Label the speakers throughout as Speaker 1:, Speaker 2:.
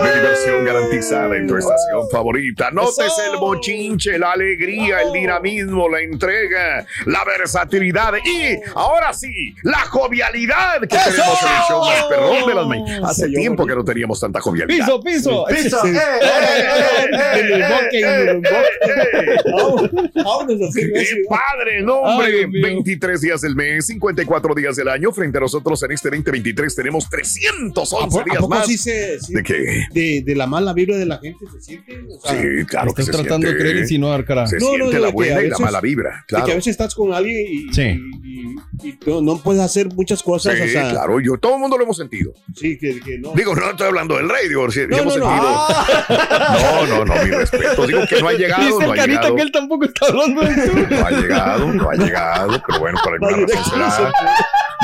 Speaker 1: De diversión garantizada en tu estación favorita. Notes el bochinche, la alegría, el dinamismo, la entrega, la versatilidad y ahora sí, la jovialidad que tenemos en el show más perrón de las mañanas. Hace
Speaker 2: Ah, Señor.
Speaker 1: tiempo que no teníamos tanta jovialidad.
Speaker 2: piso.
Speaker 3: Piso,
Speaker 2: Sí.
Speaker 3: eh, eh, eh,
Speaker 2: En el bosque, en el
Speaker 1: eh, eh.
Speaker 2: bosque. Vámonos así,
Speaker 1: ¡Qué
Speaker 2: así.
Speaker 1: padre, no,
Speaker 2: Ay,
Speaker 1: hombre!
Speaker 2: Dios mío.
Speaker 1: 23 días del mes, 54 días del año. Frente a nosotros en este 2023 tenemos
Speaker 2: ¿A
Speaker 1: 311
Speaker 2: po- ¿A
Speaker 1: días
Speaker 2: poco
Speaker 1: más.
Speaker 2: sí se sí,
Speaker 1: ¿De qué?
Speaker 2: de, de la mala vibra de la gente Pues, se siente? O sea,
Speaker 1: Sí, claro que se siente.
Speaker 4: insinuar, cara.
Speaker 1: se
Speaker 2: No, no,
Speaker 1: siente
Speaker 2: de
Speaker 1: la
Speaker 2: que
Speaker 1: buena
Speaker 2: a
Speaker 1: y la
Speaker 2: veces-
Speaker 1: mala vibra,
Speaker 2: de que a
Speaker 1: claro.
Speaker 2: veces estás con alguien y,
Speaker 4: Sí.
Speaker 2: y- y- y no, no puedes hacer muchas
Speaker 1: Sí,
Speaker 2: cosas. o sea,
Speaker 1: claro, yo todo el mundo lo hemos sentido.
Speaker 2: Sí, que, que no.
Speaker 1: Digo, no estoy hablando del rey, digo, sí,
Speaker 2: No,
Speaker 1: hemos
Speaker 2: no, Ah. no.
Speaker 1: sentido. No, no, no, mi respeto. Digo que no ha llegado, no ha llegado.
Speaker 4: tampoco está hablando
Speaker 1: No ha llegado, no ha llegado, pero bueno, por alguna
Speaker 2: Vaya,
Speaker 1: razón será.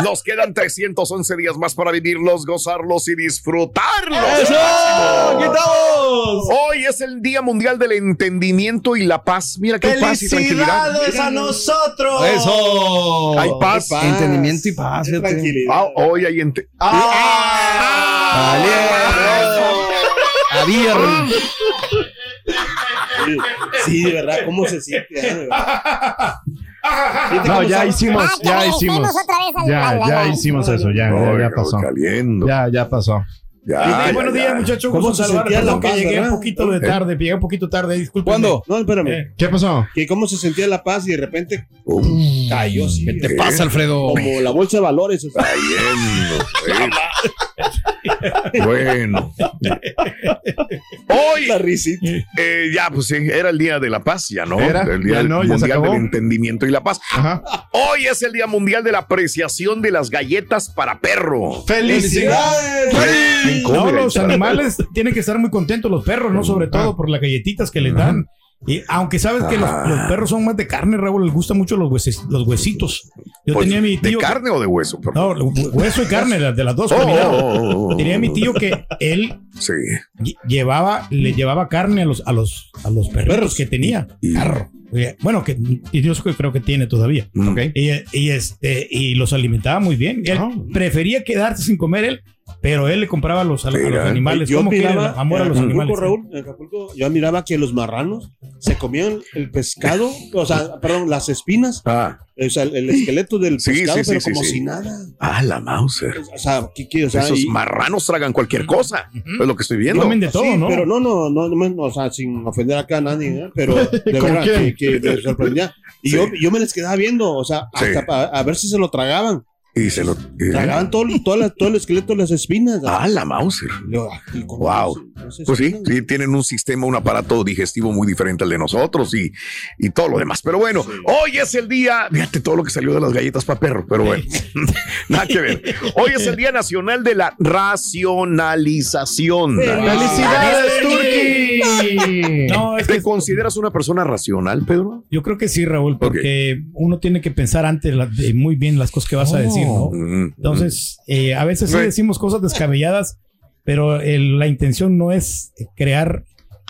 Speaker 1: Nos quedan 311 días más para vivirlos, gozarlos y disfrutarlos.
Speaker 4: ¡Aquí estamos!
Speaker 1: Hoy es el Día Mundial del Entendimiento y la Paz. Mira qué paz y tranquilidad.
Speaker 3: ¡Felicidades a nosotros!
Speaker 4: ¡Eso!
Speaker 1: Hay paz.
Speaker 4: Entendimiento y paz,
Speaker 2: Qué
Speaker 4: fíjate.
Speaker 2: Tranquilidad.
Speaker 1: Ah, hoy hay ente-
Speaker 3: ¡Ah!
Speaker 4: Había
Speaker 2: Sí. Sí, de verdad, ¿cómo se siente? Ah, de verdad. Fíjate
Speaker 4: Ah, No,
Speaker 2: cómo
Speaker 4: ya
Speaker 2: sabe-
Speaker 4: hicimos, ya hicimos. Ya, ya hicimos eso, ya, ya, ya
Speaker 1: Ay,
Speaker 4: pasó.
Speaker 1: Caliendo.
Speaker 4: Ya, ya pasó.
Speaker 1: Ya, ya,
Speaker 3: buenos
Speaker 1: ya.
Speaker 3: días, muchachos.
Speaker 2: ¿Cómo
Speaker 3: Gusto
Speaker 2: se
Speaker 3: saludarles.
Speaker 2: sentía la
Speaker 3: Perdón que
Speaker 2: paz,
Speaker 3: llegué
Speaker 2: verdad?
Speaker 3: un poquito
Speaker 1: Eh,
Speaker 3: de tarde, llegué un poquito tarde, disculpen.
Speaker 4: ¿Cuándo?
Speaker 2: No, espérame.
Speaker 4: Eh, ¿Qué pasó?
Speaker 2: Que cómo se sentía la paz y de repente
Speaker 1: Uh,
Speaker 2: cayó así.
Speaker 4: ¿Qué te pasa, Alfredo?
Speaker 2: Como la bolsa de valores. o sea.
Speaker 1: cayendo, sí. Bueno. Hoy,
Speaker 2: La risita.
Speaker 1: eh, ya, pues sí, era el Día de la Paz, ya no.
Speaker 4: Era,
Speaker 1: el Día
Speaker 4: ya
Speaker 1: del
Speaker 4: no, ya se
Speaker 1: Mundial
Speaker 4: acabó.
Speaker 1: del Entendimiento y la Paz.
Speaker 4: Ajá.
Speaker 1: Hoy es el Día Mundial de la Apreciación de las Galletas para Perro.
Speaker 4: ¡Felicidades!
Speaker 1: ¿Quién come
Speaker 3: No, los
Speaker 1: galletas?
Speaker 3: animales tienen que estar muy contentos, los perros, ¿no? Sobre todo por las galletitas que les dan. Y aunque sabes que los,
Speaker 1: Ah.
Speaker 3: los perros son más de carne, Raúl, les gustan mucho los, hueses- los huesitos. Yo
Speaker 1: Pues,
Speaker 3: tenía a mi
Speaker 1: ¿De
Speaker 3: tío.
Speaker 1: carne o de hueso? Por
Speaker 3: No, hu- hueso y carne, las- de las dos
Speaker 1: Oh,
Speaker 3: combinadas.
Speaker 1: oh, oh, oh.
Speaker 3: Tenía a mi tío que él
Speaker 1: Sí.
Speaker 3: lle- llevaba, le llevaba carne a los, a los, a los perros, que tenía.
Speaker 1: Y-
Speaker 3: Carro. Eh, Bueno, que y Dios creo que tiene todavía.
Speaker 1: Mm.
Speaker 3: Y, y este, y los alimentaba muy bien. Él
Speaker 4: Ah.
Speaker 3: prefería quedarse sin comer él, pero él le compraba a los, a, a los
Speaker 1: Mira,
Speaker 3: animales.
Speaker 2: Yo
Speaker 3: ¿Cómo que
Speaker 2: miraba
Speaker 3: era amor a
Speaker 2: en
Speaker 3: los
Speaker 2: Acapulco,
Speaker 3: animales?
Speaker 2: Raúl, en Acapulco, yo miraba que los marranos se comían el pescado, o sea, perdón, las espinas,
Speaker 1: Ah,
Speaker 2: o sea, el, el esqueleto del
Speaker 1: Sí,
Speaker 2: pescado,
Speaker 1: sí, sí,
Speaker 2: pero
Speaker 1: sí,
Speaker 2: como
Speaker 1: sí.
Speaker 2: si nada.
Speaker 1: ah, la Mauser.
Speaker 2: O sea, ¿qué quieres? O sea,
Speaker 1: Esos
Speaker 2: y-
Speaker 1: marranos tragan cualquier cosa. Es lo que estoy viendo.
Speaker 3: Comen de todo,
Speaker 2: sí,
Speaker 3: ¿no?
Speaker 2: Pero no, no, no, no, no, o sea, sin ofender acá a nadie, ¿eh? pero de verdad que,
Speaker 4: quién?
Speaker 2: que me sorprendía. Y
Speaker 1: Sí.
Speaker 2: yo, yo me les quedaba viendo, o sea,
Speaker 1: Sí.
Speaker 2: hasta pa- a ver si se lo tragaban.
Speaker 1: Y se lo.
Speaker 2: Tragaban todo, todo, la- todo el esqueleto, las espinas.
Speaker 1: Ah, la Mauser.
Speaker 2: Yo, y con-
Speaker 1: Wow. Pues sí, sí, tienen un sistema, un aparato digestivo muy diferente al de nosotros y, y todo lo demás. Pero bueno, hoy es el día, fíjate todo lo que salió de las galletas para perro, pero bueno, nada que ver. Hoy es el Día Nacional de la Racionalización.
Speaker 3: ¡Felicidades, Turki! No, es
Speaker 1: ¿Te consideras una persona racional, Pedro?
Speaker 3: Yo creo que sí, Raúl, porque uno tiene que pensar antes la- de muy bien las cosas que vas a decir, ¿no?
Speaker 1: Mm.
Speaker 3: Entonces, eh, a veces sí
Speaker 1: Re-
Speaker 3: decimos cosas descabelladas, pero el- la intención no es eh, crear,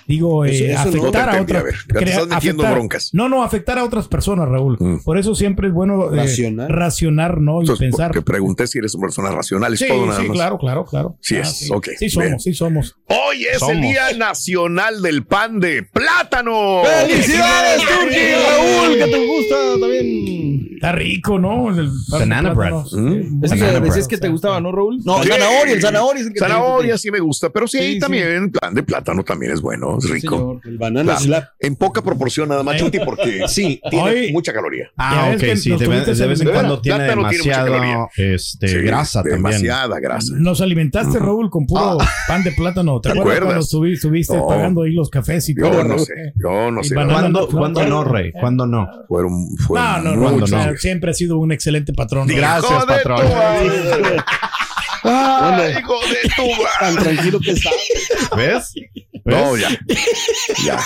Speaker 3: digo, eh,
Speaker 1: Eso- eso no te
Speaker 3: afectar a
Speaker 1: entendí,
Speaker 3: otras.
Speaker 1: a ver, ya te
Speaker 3: crear-
Speaker 1: estás metiendo
Speaker 3: afectar-
Speaker 1: broncas. Mm.
Speaker 3: No, no, afectar a otras personas, Raúl. Por eso siempre es bueno eh,
Speaker 1: Racionar.
Speaker 3: racionar. ¿no? Y pensar.
Speaker 1: Te pregunté si eres una persona racional, es
Speaker 3: Sí,
Speaker 1: todo nada
Speaker 3: sí,
Speaker 1: más.
Speaker 3: claro, claro, claro. Ah,
Speaker 1: Sí es, ok,
Speaker 3: Sí somos,
Speaker 1: bien.
Speaker 3: sí somos.
Speaker 1: Hoy es el
Speaker 3: Somos.
Speaker 1: Día Nacional del Pan de Plátano.
Speaker 3: ¡Felicidades,
Speaker 1: Turki!
Speaker 3: Raúl, que te
Speaker 5: gusta también.
Speaker 3: Está rico, ¿no? El- el
Speaker 5: Banana
Speaker 3: plátano.
Speaker 5: bread. Es que
Speaker 1: Banana
Speaker 5: decías
Speaker 1: bread.
Speaker 5: que te gustaba, ¿no, Raúl? No,
Speaker 1: ¿Mm? Sí.
Speaker 5: el zanahoria, el zanahoria. es el que te-
Speaker 1: Zanahoria sí me gusta, pero sí,
Speaker 5: Sí, sí.
Speaker 1: también plan de plátano también es bueno, es rico.
Speaker 2: El banana
Speaker 1: Claro, En poca proporción nada más, Chuti, porque sí, tiene mucha caloría.
Speaker 5: Ah, Ya ves ok, que sí, nos de ve- tuviste de vez en
Speaker 1: De
Speaker 5: cuando
Speaker 1: veras,
Speaker 5: tiene
Speaker 1: plátano mucha
Speaker 5: demasiado,
Speaker 1: caloría.
Speaker 5: este, grasa también.
Speaker 1: Demasiada grasa. Ah.
Speaker 3: Nos alimentaste, Raúl, con puro pan de plátano. ¿Te,
Speaker 1: ¿Te
Speaker 3: acuerdas?
Speaker 1: acuerdas?
Speaker 3: Cuando subi- estuviste
Speaker 1: No.
Speaker 3: pagando ahí los cafés y todo.
Speaker 1: Yo no
Speaker 3: Raúl?
Speaker 1: sé, yo no
Speaker 3: Y
Speaker 1: sé.
Speaker 3: banana
Speaker 5: ¿Cuándo,
Speaker 3: flor.
Speaker 5: ¿Cuándo no, Rey? ¿Cuándo no?
Speaker 1: Fueron,
Speaker 3: No, no, no,
Speaker 5: ¿Cuándo
Speaker 3: no.
Speaker 5: no?
Speaker 3: Siempre ha sido un excelente patrón.
Speaker 5: Hijo Gracias, de patrón.
Speaker 1: Ah, hijo de tu
Speaker 2: Tan tranquilo que está.
Speaker 5: ¿Ves?
Speaker 1: No,
Speaker 5: ¿Ves?
Speaker 1: ya. Ya,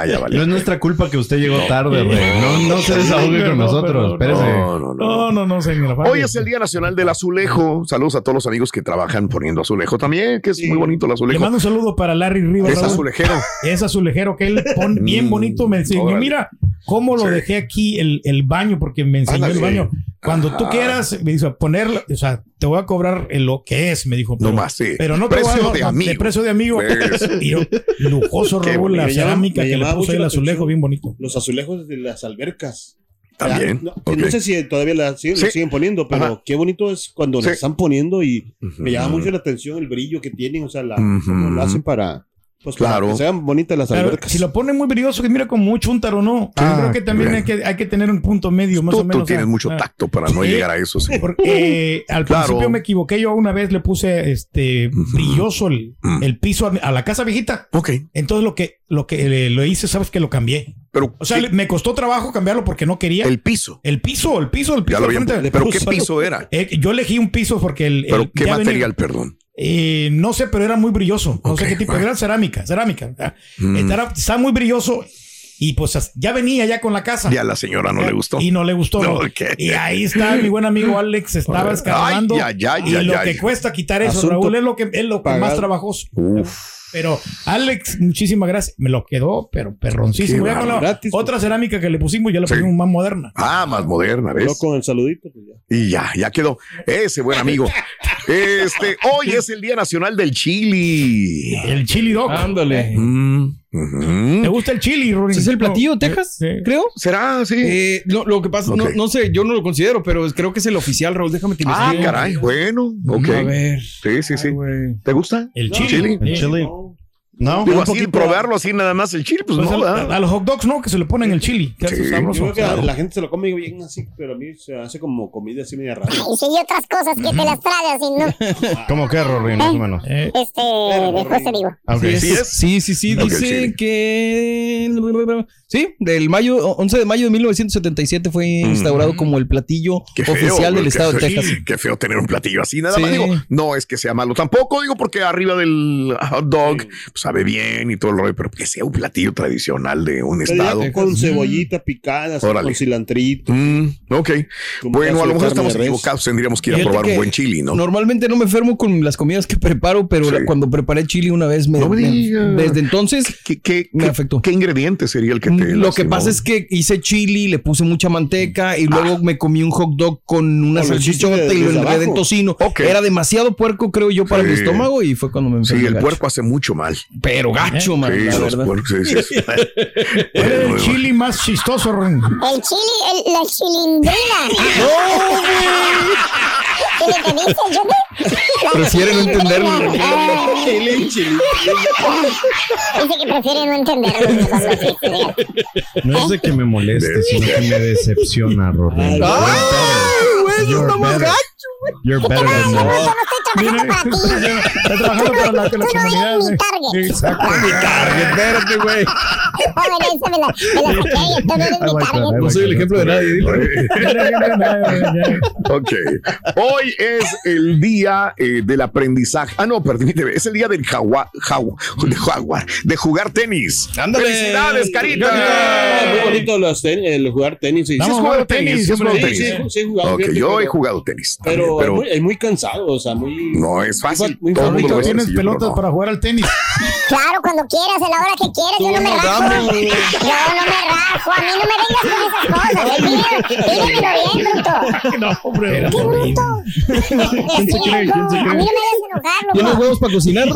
Speaker 1: Ah, ya, ya vale.
Speaker 5: No es nuestra culpa que usted llegó
Speaker 1: No.
Speaker 5: tarde, Rey. No, no se desahogue
Speaker 1: Perdón,
Speaker 5: con nosotros.
Speaker 1: perdón.
Speaker 5: Espérese.
Speaker 1: No, no, no.
Speaker 3: No, no, no, señora.
Speaker 1: Hoy es el Día Nacional del Azulejo. Saludos a todos los amigos que trabajan poniendo azulejo también, que es muy bonito el
Speaker 3: Le
Speaker 1: azulejo.
Speaker 3: mando un saludo para Larry Rivas.
Speaker 1: Es
Speaker 3: Raúl.
Speaker 1: azulejero. Mm.
Speaker 3: Es azulejero que él pone bien bonito. Me enseñó,
Speaker 1: órale.
Speaker 3: mira cómo lo dejé aquí el, el baño, porque me enseñó el
Speaker 1: Ándale. Ah.
Speaker 3: baño. Cuando tú
Speaker 1: Ajá.
Speaker 3: quieras, me dice, ponerlo, o sea, te voy a cobrar el- lo que es, me dijo.
Speaker 1: No
Speaker 3: pero-
Speaker 1: más, sí.
Speaker 3: Pero no te voy a
Speaker 1: Precio
Speaker 3: no,
Speaker 1: de
Speaker 3: no,
Speaker 1: amigo.
Speaker 3: de precio de amigo.
Speaker 1: Pues.
Speaker 3: Y yo, lujoso,
Speaker 1: Qué
Speaker 3: Raúl, la
Speaker 2: Me llama-
Speaker 3: cerámica
Speaker 2: me
Speaker 3: que le
Speaker 2: llamaba
Speaker 3: puso
Speaker 2: mucho
Speaker 3: ahí el
Speaker 2: la
Speaker 3: azulejo,
Speaker 2: atención
Speaker 3: bien bonito.
Speaker 2: Los azulejos de las albercas.
Speaker 1: También,
Speaker 2: No,
Speaker 1: ok.
Speaker 2: no sé si todavía la siguen, lo
Speaker 1: Sí.
Speaker 2: siguen poniendo, pero
Speaker 1: Ajá.
Speaker 2: qué bonito es cuando
Speaker 1: Sí.
Speaker 2: la están poniendo y me llama
Speaker 1: Ujú.
Speaker 2: mucho la atención el brillo que tienen, o sea, la,
Speaker 1: Ujú.
Speaker 2: cómo lo hacen para, pues, para
Speaker 1: Claro.
Speaker 2: que sean bonitas las
Speaker 3: Claro,
Speaker 2: albercas.
Speaker 3: si lo pone muy brilloso, que mira como muy chuntaro, ¿no? Yo
Speaker 1: Ah,
Speaker 3: creo que también
Speaker 1: bien.
Speaker 3: hay que, hay que tener un punto medio, más o
Speaker 1: Tú,
Speaker 3: menos.
Speaker 1: tú tienes
Speaker 3: ah,
Speaker 1: mucho
Speaker 3: ah.
Speaker 1: tacto para no
Speaker 3: Sí.
Speaker 1: llegar a eso. sí.
Speaker 3: Porque eh, al
Speaker 1: Claro.
Speaker 3: principio me equivoqué. Yo una vez le puse este brilloso el, el piso a, mi- a la casa viejita.
Speaker 1: Mm. Ok.
Speaker 3: Entonces lo que, lo que le- lo hice, sabes que lo cambié.
Speaker 1: Pero,
Speaker 3: o sea, le- me costó trabajo cambiarlo porque no quería.
Speaker 1: El piso.
Speaker 3: El piso, el piso, el piso.
Speaker 1: lo
Speaker 3: al
Speaker 1: habían-
Speaker 3: frente.
Speaker 1: ¿pero
Speaker 3: Le
Speaker 1: qué piso era?
Speaker 3: Eh, yo elegí un piso porque el.
Speaker 1: Pero
Speaker 3: el-
Speaker 1: qué
Speaker 3: ya venía-
Speaker 1: material, perdón.
Speaker 3: eh, no sé, pero era muy brilloso. No sé qué tipo. Era cerámica, cerámica. Ah,
Speaker 1: Mm.
Speaker 3: Era, estaba muy brilloso. Y pues as- ya venía ya con la casa.
Speaker 1: Ya la señora no le gustó.
Speaker 3: Y no le gustó. ¿no?
Speaker 1: No, ok.
Speaker 3: Y ahí está mi buen amigo Alex. Estaba
Speaker 1: Ay,
Speaker 3: escarbando.
Speaker 1: ay, ay,
Speaker 3: y
Speaker 1: ay,
Speaker 3: lo
Speaker 1: ay.
Speaker 3: que cuesta quitar eso,
Speaker 1: Asunto
Speaker 3: Raúl, es lo que, es lo que más
Speaker 1: pagado.
Speaker 3: trabajoso.
Speaker 1: Uf.
Speaker 3: Pero Alex, muchísimas gracias. Me lo quedó, pero perroncísimo.
Speaker 1: Qué
Speaker 3: Ya con la
Speaker 1: bárbaro.
Speaker 3: otra cerámica que le pusimos, ya la
Speaker 1: Sí.
Speaker 3: pusimos más moderna.
Speaker 1: Ah, más moderna, ¿ves?
Speaker 2: con el saludito.
Speaker 1: Y ya, ya quedó. Ese buen amigo. Este, hoy es el Día Nacional del Chili. Mm,
Speaker 3: El chili dog.
Speaker 5: Ándale.
Speaker 3: ¿Te gusta el chili, Rory?
Speaker 5: ¿Es el platillo, Texas? Creo.
Speaker 1: ¿Será? Sí.
Speaker 5: Eh, lo, lo que pasa,
Speaker 1: Ok.
Speaker 5: no, no sé, yo no lo considero, pero creo que es el oficial, Raúl. Déjame te
Speaker 1: Ah,
Speaker 5: investigo. Mm,
Speaker 1: caray, bueno, ok.
Speaker 5: A ver.
Speaker 1: Sí, sí, sí. ¿Te gusta?
Speaker 3: El
Speaker 1: chili.
Speaker 5: El chili.
Speaker 3: No,
Speaker 1: Digo,
Speaker 3: un
Speaker 1: así
Speaker 3: poquito-
Speaker 1: probarlo así nada más el chili, pues,
Speaker 3: Pues
Speaker 1: no,
Speaker 3: al-
Speaker 1: ¿verdad?
Speaker 3: a, los hot dogs, ¿no? Que se le ponen el chili. Que hace
Speaker 1: Sí.
Speaker 3: sabroso.
Speaker 2: Creo que la-
Speaker 3: Claro.
Speaker 2: la gente se lo come bien así, pero a mí se hace como comida así media rara.
Speaker 6: Y si hay otras cosas que te las tragas y no.
Speaker 5: ¿Cómo que, Rory?
Speaker 6: más o
Speaker 5: menos.
Speaker 3: Eh,
Speaker 6: Este. Después te digo.
Speaker 5: Ah, ok.
Speaker 1: ¿Sí
Speaker 5: Sí,
Speaker 1: es?
Speaker 5: sí, sí, sí,
Speaker 1: Ok,
Speaker 5: dice
Speaker 1: sí.
Speaker 5: que sí, del mayo 11 de mayo de 1977 fue instaurado como el platillo
Speaker 1: Mm. Qué feo,
Speaker 5: oficial
Speaker 1: güey,
Speaker 5: del
Speaker 1: qué
Speaker 5: estado de
Speaker 1: feo.
Speaker 5: Texas.
Speaker 1: Qué feo tener un platillo así, nada
Speaker 5: Sí.
Speaker 1: más. Digo, no es que sea malo tampoco, digo, porque arriba del hot dog pues, sabe bien y todo el rollo, pero que sea un platillo tradicional de un
Speaker 2: Pero ya
Speaker 1: estado.
Speaker 2: Con cebollita picada, así,
Speaker 1: Órale. Mm.
Speaker 2: con cilantrito.
Speaker 1: ok.
Speaker 2: Con
Speaker 1: Bueno,
Speaker 2: pedazo
Speaker 1: a
Speaker 2: de
Speaker 1: lo mejor
Speaker 2: carne
Speaker 1: estamos
Speaker 2: de res.
Speaker 1: equivocados, tendríamos que ir a
Speaker 5: Fíjate
Speaker 1: probar un
Speaker 5: que
Speaker 1: buen chili, ¿no?
Speaker 5: Normalmente no me enfermo con las comidas que preparo, pero la- cuando preparé chili una vez me,
Speaker 1: No me
Speaker 5: me-
Speaker 1: digas.
Speaker 5: desde entonces
Speaker 1: ¿Qué, qué,
Speaker 5: me
Speaker 1: qué-
Speaker 5: afectó.
Speaker 1: ¿Qué ingrediente sería el que te
Speaker 5: Lo que pasa es que hice chili, le puse mucha manteca y luego me comí un hot dog con una
Speaker 2: Oh, lo hiciste
Speaker 5: salchichota y lo
Speaker 2: desde
Speaker 5: enredé en
Speaker 2: abajo.
Speaker 5: tocino.
Speaker 1: Ok.
Speaker 5: Era demasiado puerco, creo yo, para mi
Speaker 1: Sí.
Speaker 5: estómago y fue cuando me
Speaker 1: Sí,
Speaker 5: enfermé.
Speaker 1: el
Speaker 5: gacho.
Speaker 1: puerco hace mucho mal.
Speaker 5: Pero gacho, man,
Speaker 1: Sí,
Speaker 5: la
Speaker 1: los
Speaker 5: verdad.
Speaker 1: puercos, sí, sí, sí.
Speaker 3: ¿Cuál es el chili más chistoso, Rory?
Speaker 6: El chili, el, la chilindrina.
Speaker 3: Ah,
Speaker 6: ¿Qué le que dices, yo me-
Speaker 5: Prefiere no entenderlo.
Speaker 6: Ah. Dice que prefiere no entenderlo. cuando sí, sí.
Speaker 4: No es de que me moleste, sino que me decepciona, Rory.
Speaker 5: ¡Ay, güey! ¡Eso está más gacho!
Speaker 4: You're better
Speaker 6: No,
Speaker 4: than that.
Speaker 6: yo no estoy trabajando para ti.
Speaker 4: Está trabajando para la, la
Speaker 6: Tú no eres
Speaker 4: comunidad.
Speaker 6: mi
Speaker 4: eh.
Speaker 6: target.
Speaker 4: Exacto.
Speaker 1: espérate, güey.
Speaker 6: Joven, Ah. esa me la, me la saqué. Tú no eres mi target.
Speaker 1: No soy el ejemplo de nadie. ok. Hoy es el día eh, del aprendizaje. Ah, no, permíteme. Es el día del jaguar, jaguar, de, jaguar, de jugar tenis. ¡Felicidades, Carita!
Speaker 2: Muy bonito los ten- el jugar tenis. Sí,
Speaker 1: ¿Sí has jugado tenis? ¿Sí has jugado tenis?
Speaker 2: Sí, sí, sí he jugado,
Speaker 1: Ok,
Speaker 2: fíjate,
Speaker 1: yo he
Speaker 2: pero-
Speaker 1: jugado tenis. también,
Speaker 2: Pero, es,
Speaker 1: pero
Speaker 2: muy, es muy cansado, o sea, muy...
Speaker 1: no es fácil.
Speaker 2: muy
Speaker 1: Todo el mundo
Speaker 2: bonito,
Speaker 1: lo ve
Speaker 2: tienes
Speaker 1: sencillo, pero
Speaker 3: pelotas
Speaker 1: no.
Speaker 3: para jugar al tenis.
Speaker 6: Claro, cuando quieras, a la hora que quieras, yo no me rajo. Yo no me rajo, a mí no me vengas con esas cosas. Dígamelo bien, ¿eh, bruto.
Speaker 3: No, hombre.
Speaker 6: ¡Qué bruto!
Speaker 5: ¿Quién se cree? ¿Quién se cree?
Speaker 6: A mí no me hagas enojar, loco.
Speaker 5: ¿Tienes huevos para cocinar?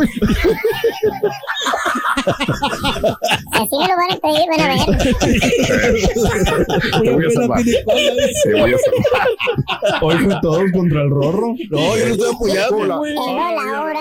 Speaker 6: Así me lo van a pedir, van a ver.
Speaker 1: Te voy a salvar. Te voy a salvar.
Speaker 3: Hoy fue todos contra el rorro.
Speaker 1: No, yo no estoy
Speaker 7: apoyando.
Speaker 6: la hora.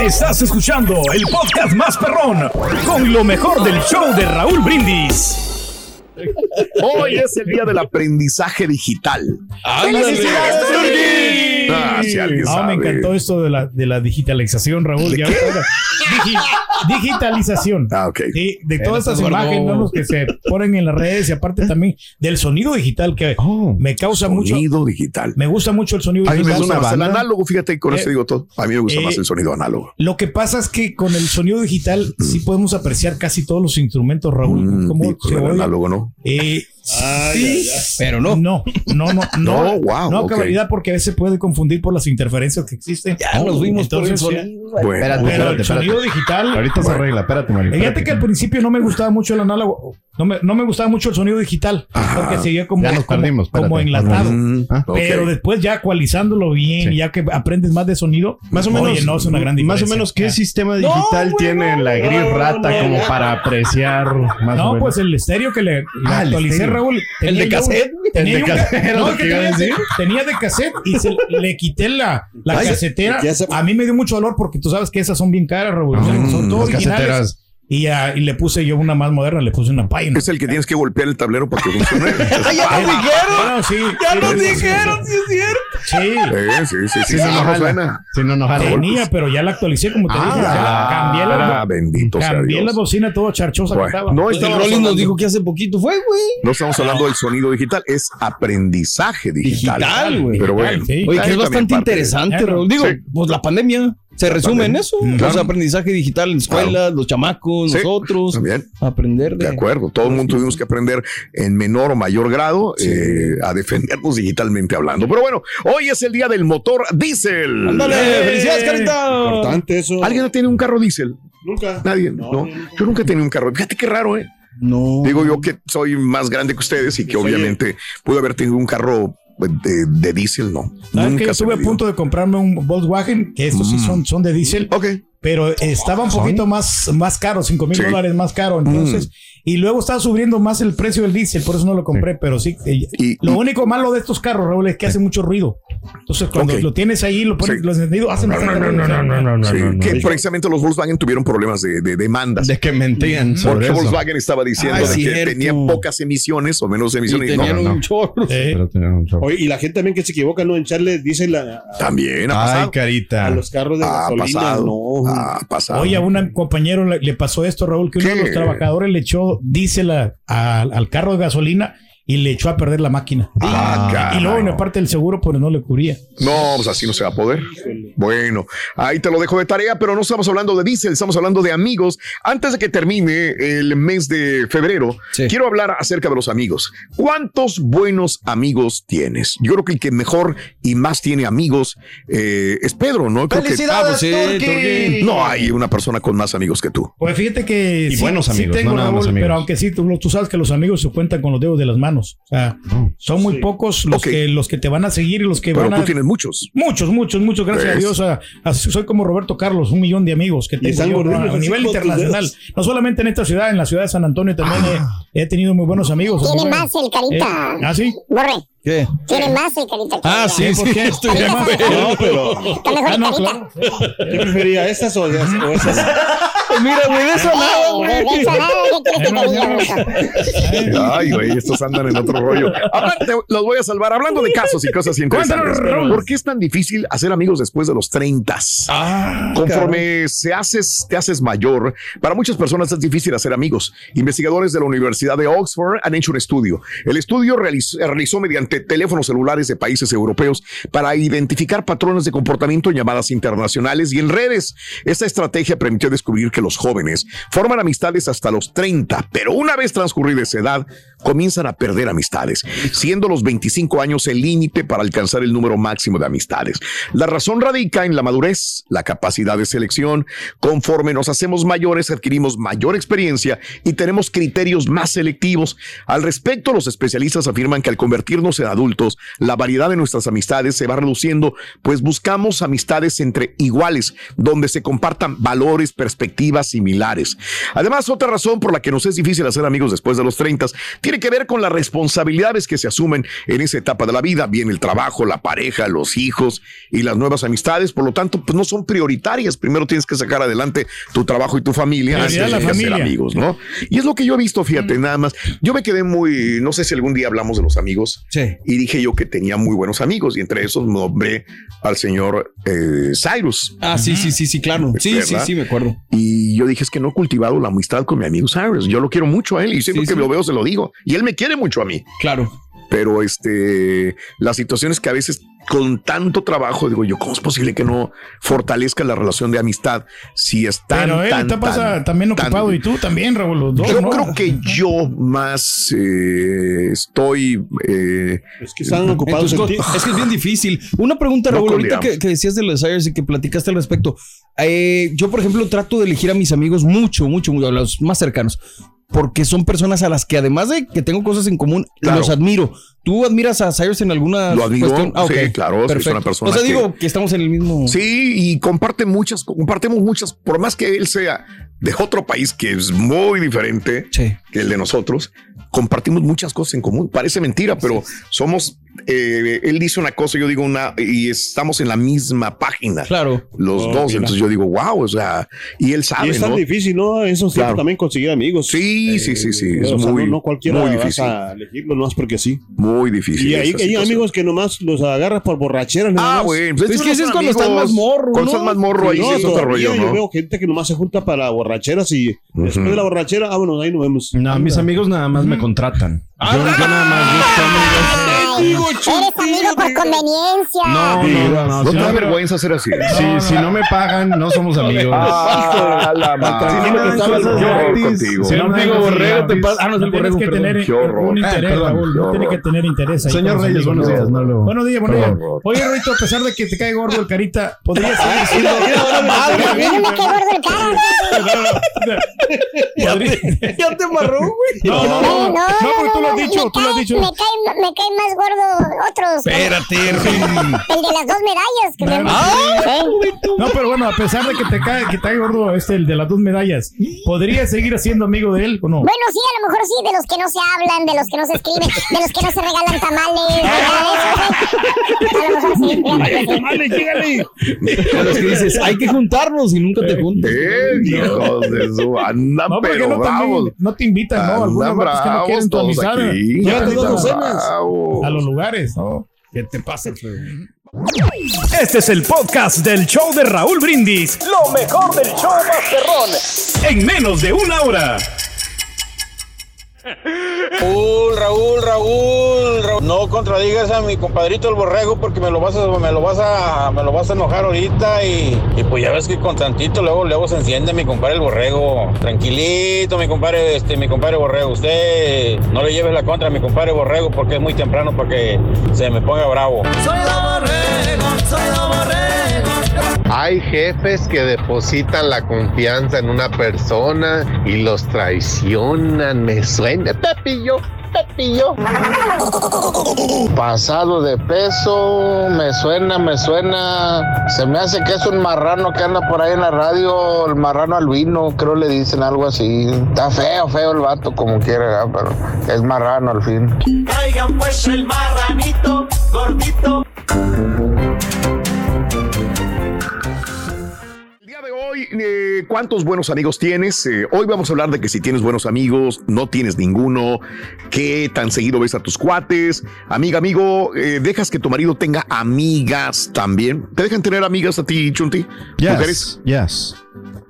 Speaker 8: Estás escuchando el podcast más perrón con lo mejor del show de Raúl Brindis.
Speaker 1: Hoy es el día del aprendizaje digital.
Speaker 8: ¡Ándale!
Speaker 1: ¡Felicidades, Turki! Ah, si alguien
Speaker 3: Ah, me
Speaker 1: sabe.
Speaker 3: encantó esto de la, de la digitalización, Raúl. Ya ves, oiga, digi- digitalización.
Speaker 1: Ah, ok.
Speaker 3: Sí, de
Speaker 1: Eh,
Speaker 3: todas
Speaker 1: no
Speaker 3: estas
Speaker 1: estás
Speaker 3: imágenes,
Speaker 1: gordo.
Speaker 3: ¿no? los que se ponen en las redes y aparte también del sonido digital que me causa mucho.
Speaker 1: Oh, Sonido digital.
Speaker 3: Me gusta mucho el sonido
Speaker 1: A mí me
Speaker 3: digital.
Speaker 1: gusta más el
Speaker 3: banda.
Speaker 1: análogo, fíjate, con
Speaker 3: Eh,
Speaker 1: eso digo todo. A mí me gusta
Speaker 3: eh,
Speaker 1: más el sonido análogo.
Speaker 3: Lo que pasa es que con el sonido digital
Speaker 1: Mm.
Speaker 3: sí podemos apreciar casi todos los instrumentos, Raúl. ¿Cómo
Speaker 1: Con
Speaker 3: se
Speaker 1: el
Speaker 3: oye?
Speaker 1: análogo, ¿no?
Speaker 3: Eh, sí,
Speaker 5: pero no.
Speaker 3: No, no, no. No,
Speaker 1: No, wow,
Speaker 3: No,
Speaker 1: ok.
Speaker 3: cabalidad, porque a veces puede confundir por las interferencias que existen.
Speaker 5: Ya nos vimos por
Speaker 3: Oh, Entonces,
Speaker 5: eso,
Speaker 3: sí.
Speaker 5: ¿eh?
Speaker 1: Bueno.
Speaker 3: Pero el sonido digital.
Speaker 4: Ahorita se arregla, espérate, Mario.
Speaker 3: Fíjate que al principio no me gustaba mucho el análogo. No me, no me gustaba mucho el sonido digital. Porque se veía como,
Speaker 4: Ya nos
Speaker 3: como-
Speaker 4: perdimos,
Speaker 3: como
Speaker 4: espérate.
Speaker 3: enlatado.
Speaker 4: Mm, ah,
Speaker 3: Pero
Speaker 4: ok.
Speaker 3: después ya actualizándolo bien, ya que aprendes más de sonido.
Speaker 4: Más o
Speaker 3: Oye,
Speaker 4: menos,
Speaker 3: no, es una gran
Speaker 4: más
Speaker 3: diferencia.
Speaker 4: o menos, ¿qué
Speaker 3: Ya.
Speaker 4: sistema digital tiene la gris
Speaker 3: no,
Speaker 4: rata
Speaker 3: no,
Speaker 4: como
Speaker 3: no.
Speaker 4: para apreciar más o
Speaker 3: No,
Speaker 4: menos?
Speaker 3: pues el estéreo que le, le
Speaker 4: Ah, el
Speaker 3: actualicé,
Speaker 4: estéreo.
Speaker 3: Raúl.
Speaker 4: ¿El de
Speaker 3: yo un-
Speaker 4: cassette?
Speaker 3: tenía
Speaker 4: ¿El de
Speaker 3: yo un ca-
Speaker 4: cassette?
Speaker 3: no,
Speaker 4: ¿Lo
Speaker 3: es que
Speaker 4: que iba a
Speaker 3: tenía,
Speaker 4: decir?
Speaker 3: tenía de cassette y se- le quité la, la
Speaker 4: Ay,
Speaker 3: casetera.
Speaker 4: ya se- Mm,
Speaker 3: A mí me dio mucho valor porque tú sabes que esas son bien caras, Raúl. O sea, son todas
Speaker 4: las caseteras.
Speaker 3: originales. Y, ah, y le puse yo una más moderna, le puse una Pioneer.
Speaker 1: Es el que tienes que golpear el tablero para que funcione.
Speaker 3: ¡Ya nos dijeron! ¡Ya nos dijeron!
Speaker 5: ¡Sí es cierto!
Speaker 3: Sí.
Speaker 1: Eh, sí, sí, sí.
Speaker 4: Si no, no
Speaker 1: Ah,
Speaker 4: jala. Si no, no jala.
Speaker 3: Tenía, pero ya la actualicé como te
Speaker 4: Ah,
Speaker 3: dije. o sea, cambié
Speaker 1: ah,
Speaker 3: la,
Speaker 1: bendito sea
Speaker 3: cambié
Speaker 1: Dios.
Speaker 3: la bocina todo charchosa
Speaker 1: Bueno,
Speaker 3: que estaba.
Speaker 1: no
Speaker 5: El
Speaker 1: estamos
Speaker 5: Rolling
Speaker 1: hablando-
Speaker 5: Pues nos dijo que hace poquito fue, güey.
Speaker 1: No
Speaker 5: Ah.
Speaker 1: estamos hablando del sonido digital, es aprendizaje digital.
Speaker 5: Digital, güey.
Speaker 1: Pero bueno,
Speaker 5: Sí. Oye, que es bastante interesante, Raúl. Digo, pues la pandemia se resume en eso.
Speaker 1: Mm,
Speaker 5: O
Speaker 1: claro.
Speaker 5: sea, aprendizaje digital en escuelas, los chamacos, nosotros. Aprender
Speaker 1: de acuerdo, todo el mundo tuvimos que aprender en menor o mayor grado eh, a defendernos digitalmente hablando. Pero bueno, hoy es el día del motor diésel.
Speaker 5: Ándale,
Speaker 1: ¡Eh!
Speaker 5: felicidades, Carita. Importante
Speaker 2: eso.
Speaker 1: ¿Alguien ha tenido un carro diésel?
Speaker 2: Nunca.
Speaker 1: Nadie, no. Yo nunca he tenido un carro. Fíjate qué raro, ¿eh?
Speaker 5: No.
Speaker 1: Digo yo que soy más grande que ustedes y que obviamente pude haber tenido un carro pues, de, de diésel, no.
Speaker 3: ¿Sabes que
Speaker 1: Nunca
Speaker 3: yo
Speaker 1: se
Speaker 3: estuve
Speaker 1: me
Speaker 3: a
Speaker 1: dio.
Speaker 3: punto de comprarme un Volkswagen, que estos sí
Speaker 1: Mm.
Speaker 3: son, son de diésel. Pero estaba un poquito más, más caro, 5 mil
Speaker 1: Sí.
Speaker 3: dólares más caro. Entonces,
Speaker 1: Mm.
Speaker 3: y luego estaba subiendo más el precio del diésel, por eso no lo compré. Pero sí, eh, lo único malo de estos carros, Raúl, es que hace mucho ruido. Entonces, cuando
Speaker 1: Ok.
Speaker 3: lo tienes ahí, lo pones,
Speaker 1: Sí.
Speaker 3: lo encendido, hacen bastante ruido.
Speaker 1: Sí, que
Speaker 3: no.
Speaker 1: precisamente los Volkswagen tuvieron problemas de, de demandas. De
Speaker 4: que mentían
Speaker 1: Porque
Speaker 4: sobre eso.
Speaker 1: Volkswagen estaba diciendo
Speaker 4: Ah, es
Speaker 1: de que
Speaker 4: cierto.
Speaker 1: tenían pocas emisiones o menos emisiones. no, no, no.
Speaker 4: Pero tenían un chorro.
Speaker 2: Oye, y la gente también que se equivoca, ¿no? En Charles dice la...
Speaker 1: También
Speaker 4: Ay, carita.
Speaker 2: A los carros de
Speaker 1: Ha
Speaker 2: gasolina,
Speaker 1: Ah, pasado.
Speaker 2: no.
Speaker 1: Ha pasado.
Speaker 3: Oye, a un compañero le, le pasó esto, Raúl, que uno de
Speaker 1: ¿Qué?
Speaker 3: los trabajadores le echó diésel a- a- al carro de gasolina y le echó a perder la máquina.
Speaker 1: Ah,
Speaker 3: y luego, en aparte del seguro, pues no le cubría.
Speaker 1: No, pues así no se va a poder. Bueno, ahí te lo dejo de tarea, pero no estamos hablando de diésel, estamos hablando de amigos. Antes de que termine el mes de febrero, quiero hablar acerca de los amigos. ¿Cuántos buenos amigos tienes? Yo creo que el que mejor y más tiene amigos eh, es Pedro, ¿no? Creo que-
Speaker 3: ¡Felicidades, Ah, pues sí, Turki! Turki.
Speaker 1: No hay una persona con más amigos que tú.
Speaker 3: Pues fíjate que
Speaker 1: Y buenos amigos, no nada más amigos.
Speaker 3: pero aunque sí, tú, tú sabes que los amigos se cuentan con los dedos de las manos. O sea, son muy pocos los, que, los que te van a seguir y los que
Speaker 1: Pero
Speaker 3: van
Speaker 1: tú
Speaker 3: a...
Speaker 1: tienes muchos.
Speaker 3: Muchos, muchos, muchos, gracias a
Speaker 1: ¿Ves?
Speaker 3: Dios. a- a- soy como Roberto Carlos, un millón de amigos que tengo
Speaker 1: están
Speaker 3: yo,
Speaker 1: gorditos
Speaker 3: a, a
Speaker 1: así
Speaker 3: nivel
Speaker 1: con tus
Speaker 3: internacional.
Speaker 1: dedos.
Speaker 3: No solamente en esta ciudad, en la ciudad de San Antonio también he, he tenido muy buenos amigos.
Speaker 6: Tiene
Speaker 3: Muy
Speaker 6: más
Speaker 3: buenos.
Speaker 6: el Carita.
Speaker 3: Eh, ¿Ah, sí?
Speaker 6: Borre.
Speaker 5: ¿Qué?
Speaker 6: Tiene más el Carita. que
Speaker 3: Ah,
Speaker 6: ella.
Speaker 3: sí, ¿Por sí, qué? estoy de acuerdo, pero-
Speaker 6: eh.
Speaker 3: Ah,
Speaker 6: Está
Speaker 2: Ah,
Speaker 6: mejor el Carita.
Speaker 2: ¿Qué prefería, esas o esas? O esas? Pues
Speaker 5: Mira, güey, de eso nada,
Speaker 6: Eh, de eso nada, ¿qué quieres que te diga, bruto?
Speaker 1: Ay, güey, estos andan en otro rollo. Hablan- te- los voy a salvar. Hablando de casos y cosas interesantes.
Speaker 9: Cuéntanos,
Speaker 1: ¿Por qué es tan difícil hacer amigos después de los 30?
Speaker 3: Ah,
Speaker 1: Conforme se haces, te haces mayor, para muchas personas es difícil hacer amigos. Investigadores de la Universidad de Oxford han hecho un estudio. El estudio realiz- realizó, mediante teléfonos celulares de países europeos para identificar patrones de comportamiento en llamadas internacionales y en redes. Esta estrategia permitió descubrir que los jóvenes forman amistades hasta los 30, pero una vez transcurrida esa edad, comienzan a perder amistades, siendo los 25 años el límite para alcanzar el número máximo de amistades. La razón radica en la madurez, la capacidad de selección. Conforme nos hacemos mayores, adquirimos mayor experiencia y tenemos criterios más selectivos. Al respecto, los especialistas afirman que al convertirnos en adultos, la variedad de nuestras amistades se va reduciendo, pues buscamos amistades entre iguales, donde se compartan valores, perspectivas similares. Además, otra razón por la que nos es difícil hacer amigos después de los 30 tiene que ver con las responsabilidades que se asumen en esa etapa de la vida. Bien, el trabajo, la pareja, los hijos y las nuevas amistades, por lo tanto, pues no son prioritarias. Primero tienes que sacar adelante tu trabajo y tu familia antes
Speaker 3: Prioridad
Speaker 1: de
Speaker 3: la
Speaker 1: hacer
Speaker 3: familia.
Speaker 1: amigos, ¿no? Y es lo que yo he visto, fíjate, nada más. Yo me quedé muy, no sé si algún día hablamos de los amigos. Y dije yo que tenía muy buenos amigos y entre esos nombré al señor eh, Cyrus.
Speaker 5: Ah, sí, sí, sí, sí, claro. Sí, sí, sí, me acuerdo.
Speaker 1: Y yo dije, es que no he cultivado la amistad con mi amigo Cyrus. Yo lo quiero mucho a él y siempre
Speaker 5: Sí,
Speaker 1: que
Speaker 5: sí.
Speaker 1: lo veo se lo digo. Y él me quiere mucho a mí.
Speaker 5: Claro.
Speaker 1: Pero este, la situación es que a veces con tanto trabajo, digo yo, ¿cómo es posible que no fortalezca la relación de amistad si es tan,
Speaker 3: Pero él
Speaker 1: tan,
Speaker 3: está pasa
Speaker 1: tan,
Speaker 3: también
Speaker 1: tan-
Speaker 3: ocupado y tú también, Raúl. Los dos,
Speaker 1: yo
Speaker 3: ¿no?
Speaker 1: creo que yo más eh, estoy. eh, es que
Speaker 5: Entonces, co- Es que es bien difícil. Una pregunta,
Speaker 1: No
Speaker 5: Raúl, ahorita
Speaker 1: convidamos.
Speaker 5: que, que decías de los Sires y que platicaste al respecto. Eh, yo, por ejemplo, trato de elegir a mis amigos mucho, mucho, mucho, a los más cercanos. Porque son personas a las que además de que tengo cosas en común,
Speaker 1: Claro.
Speaker 5: los admiro. ¿Tú admiras a Cyrus en alguna
Speaker 1: Lo admiro,
Speaker 5: cuestión? Ah,
Speaker 1: sí,
Speaker 5: ok.
Speaker 1: claro, sí, es
Speaker 5: Perfecto.
Speaker 1: una persona
Speaker 5: O sea,
Speaker 1: que-
Speaker 5: digo que estamos en el mismo...
Speaker 1: Sí, y comparte muchas, compartimos muchas, por más que él sea de otro país que es muy diferente que el de nosotros, compartimos muchas cosas en común. Parece mentira, pero somos, eh, él dice una cosa, yo digo una, y estamos en la misma página.
Speaker 5: Claro.
Speaker 1: Los
Speaker 2: Oh,
Speaker 1: dos,
Speaker 2: mira.
Speaker 1: entonces yo digo, wow, o sea, y él sabe.
Speaker 2: y es tan
Speaker 1: ¿no?
Speaker 2: difícil, ¿no? En esos tiempos
Speaker 1: Claro.
Speaker 2: también conseguir amigos.
Speaker 1: Sí, sí, sí, sí. Es
Speaker 2: o sea,
Speaker 1: muy,
Speaker 2: no, no cualquiera
Speaker 1: muy
Speaker 2: vas
Speaker 1: difícil.
Speaker 2: a elegirlo, no es porque sí.
Speaker 1: Muy difícil.
Speaker 2: Y hay,
Speaker 1: esa
Speaker 2: hay
Speaker 1: situación.
Speaker 2: amigos que nomás los agarras por borracheras. nada
Speaker 1: Ah,
Speaker 2: más.
Speaker 1: güey, pues Es que ese es cuando estás más morro, Cuando ¿no? estás más morro, ahí sí es otro
Speaker 2: todavía
Speaker 1: rollo, ¿no?
Speaker 2: Yo veo gente que nomás se junta para borracheras y después de la borrachera, ah, bueno, ahí nos vemos.
Speaker 4: No, mis amigos nada más me contratan. Yo, yo nada más busco amigos.
Speaker 6: Eres amigo por conveniencia.
Speaker 4: No, no, no,
Speaker 1: ¿No te da vergüenza ser así?
Speaker 4: Si, si no me pagan, no somos amigos.
Speaker 1: Ah, la madre.
Speaker 4: Si no me dan
Speaker 1: Yo voy
Speaker 4: cosas gratis,
Speaker 1: contigo.
Speaker 4: si no me dan cosas gratis,
Speaker 3: ah, tienes que tener
Speaker 1: Qué horror.
Speaker 6: Eh,
Speaker 3: un
Speaker 1: Ah,
Speaker 4: Eh,
Speaker 3: interés,
Speaker 1: perdón.
Speaker 3: Raúl.
Speaker 1: Qué
Speaker 3: No tiene que
Speaker 1: horror.
Speaker 3: tener interés. ahí
Speaker 4: Señor
Speaker 3: con los
Speaker 4: Reyes,
Speaker 3: amigos,
Speaker 4: buenos
Speaker 3: ¿no?
Speaker 4: días, no lo-
Speaker 3: Buenos días, buenos
Speaker 4: Qué
Speaker 3: días.
Speaker 4: horror.
Speaker 3: Oye, Rito, a pesar de que te cae gordo el carita, podrías
Speaker 6: Ah,
Speaker 3: seguir siendo.
Speaker 6: sí, no, no, madre, a mí no me cae gordo el cara.
Speaker 5: ¿Ya te amarró, güey?
Speaker 3: No, no, no.
Speaker 6: Eh,
Speaker 3: No, porque tú lo has
Speaker 6: no,
Speaker 3: dicho,
Speaker 6: me
Speaker 3: tú lo has
Speaker 6: cae-
Speaker 3: dicho.
Speaker 6: Me caen me caen más gordo otros.
Speaker 3: Espérate,
Speaker 6: El de las dos medallas que me han
Speaker 3: No, pero bueno, a pesar de que te cae, que te cae gordo este, el de las dos medallas, ¿podrías seguir siendo amigo de él o no?
Speaker 6: Bueno, sí, a lo mejor sí, de los que no se hablan, de los que no se escriben, de los que no se regalan tamales. de
Speaker 3: Ah.
Speaker 6: nada de eso, güey. A lo mejor sí, fíjate que sí.
Speaker 5: A los que dices, hay que juntarnos y nunca te juntas.
Speaker 1: Eh, hijos de su- andan
Speaker 3: No, porque
Speaker 1: pero
Speaker 3: no, también
Speaker 1: bravos.
Speaker 3: no te invitan, ¿no? Algunos
Speaker 1: Andan
Speaker 3: vatos que no quieren tu
Speaker 1: bravos
Speaker 3: amistad.
Speaker 1: todos aquí.
Speaker 3: Llévate dos
Speaker 1: Andan
Speaker 3: docenas
Speaker 1: bravos.
Speaker 3: a los lugares, ¿no? ¿Qué te pasa?
Speaker 8: Este es el podcast del show de Raúl Brindis. Lo mejor del show Masterrón. En menos de una hora.
Speaker 10: Raúl, Raúl, Raúl, Raúl, no contradigas a mi compadrito el borrego porque me lo vas a, me lo vas a, me lo vas a enojar ahorita y, y pues ya ves que con tantito luego, luego se enciende mi compadre el borrego. Tranquilito, mi compadre, este, mi compadre borrego, usted no le lleves la contra a mi compadre borrego porque es muy temprano para que se me ponga bravo.
Speaker 11: Soy la borrego, soy la borrego.
Speaker 12: Hay jefes que depositan la confianza en una persona y los traicionan. Me suena, Pepillo, Pepillo. Pasado de peso, me suena, me suena. Se me hace que es un marrano que anda por ahí en la radio, el marrano albino, creo le dicen algo así. Está feo, feo el vato, como quiera, ¿verdad? pero es marrano al fin.
Speaker 11: Traigan pues el marranito, gordito.
Speaker 1: Hoy, eh, ¿cuántos buenos amigos tienes? Eh, hoy vamos a hablar de que si tienes buenos amigos, no tienes ninguno, qué tan seguido ves a tus cuates. Amiga, amigo, eh, ¿dejas que tu marido tenga amigas también? ¿Te dejan tener amigas a ti, Chunti?
Speaker 4: Yes,
Speaker 1: ¿Mujeres?
Speaker 4: yes.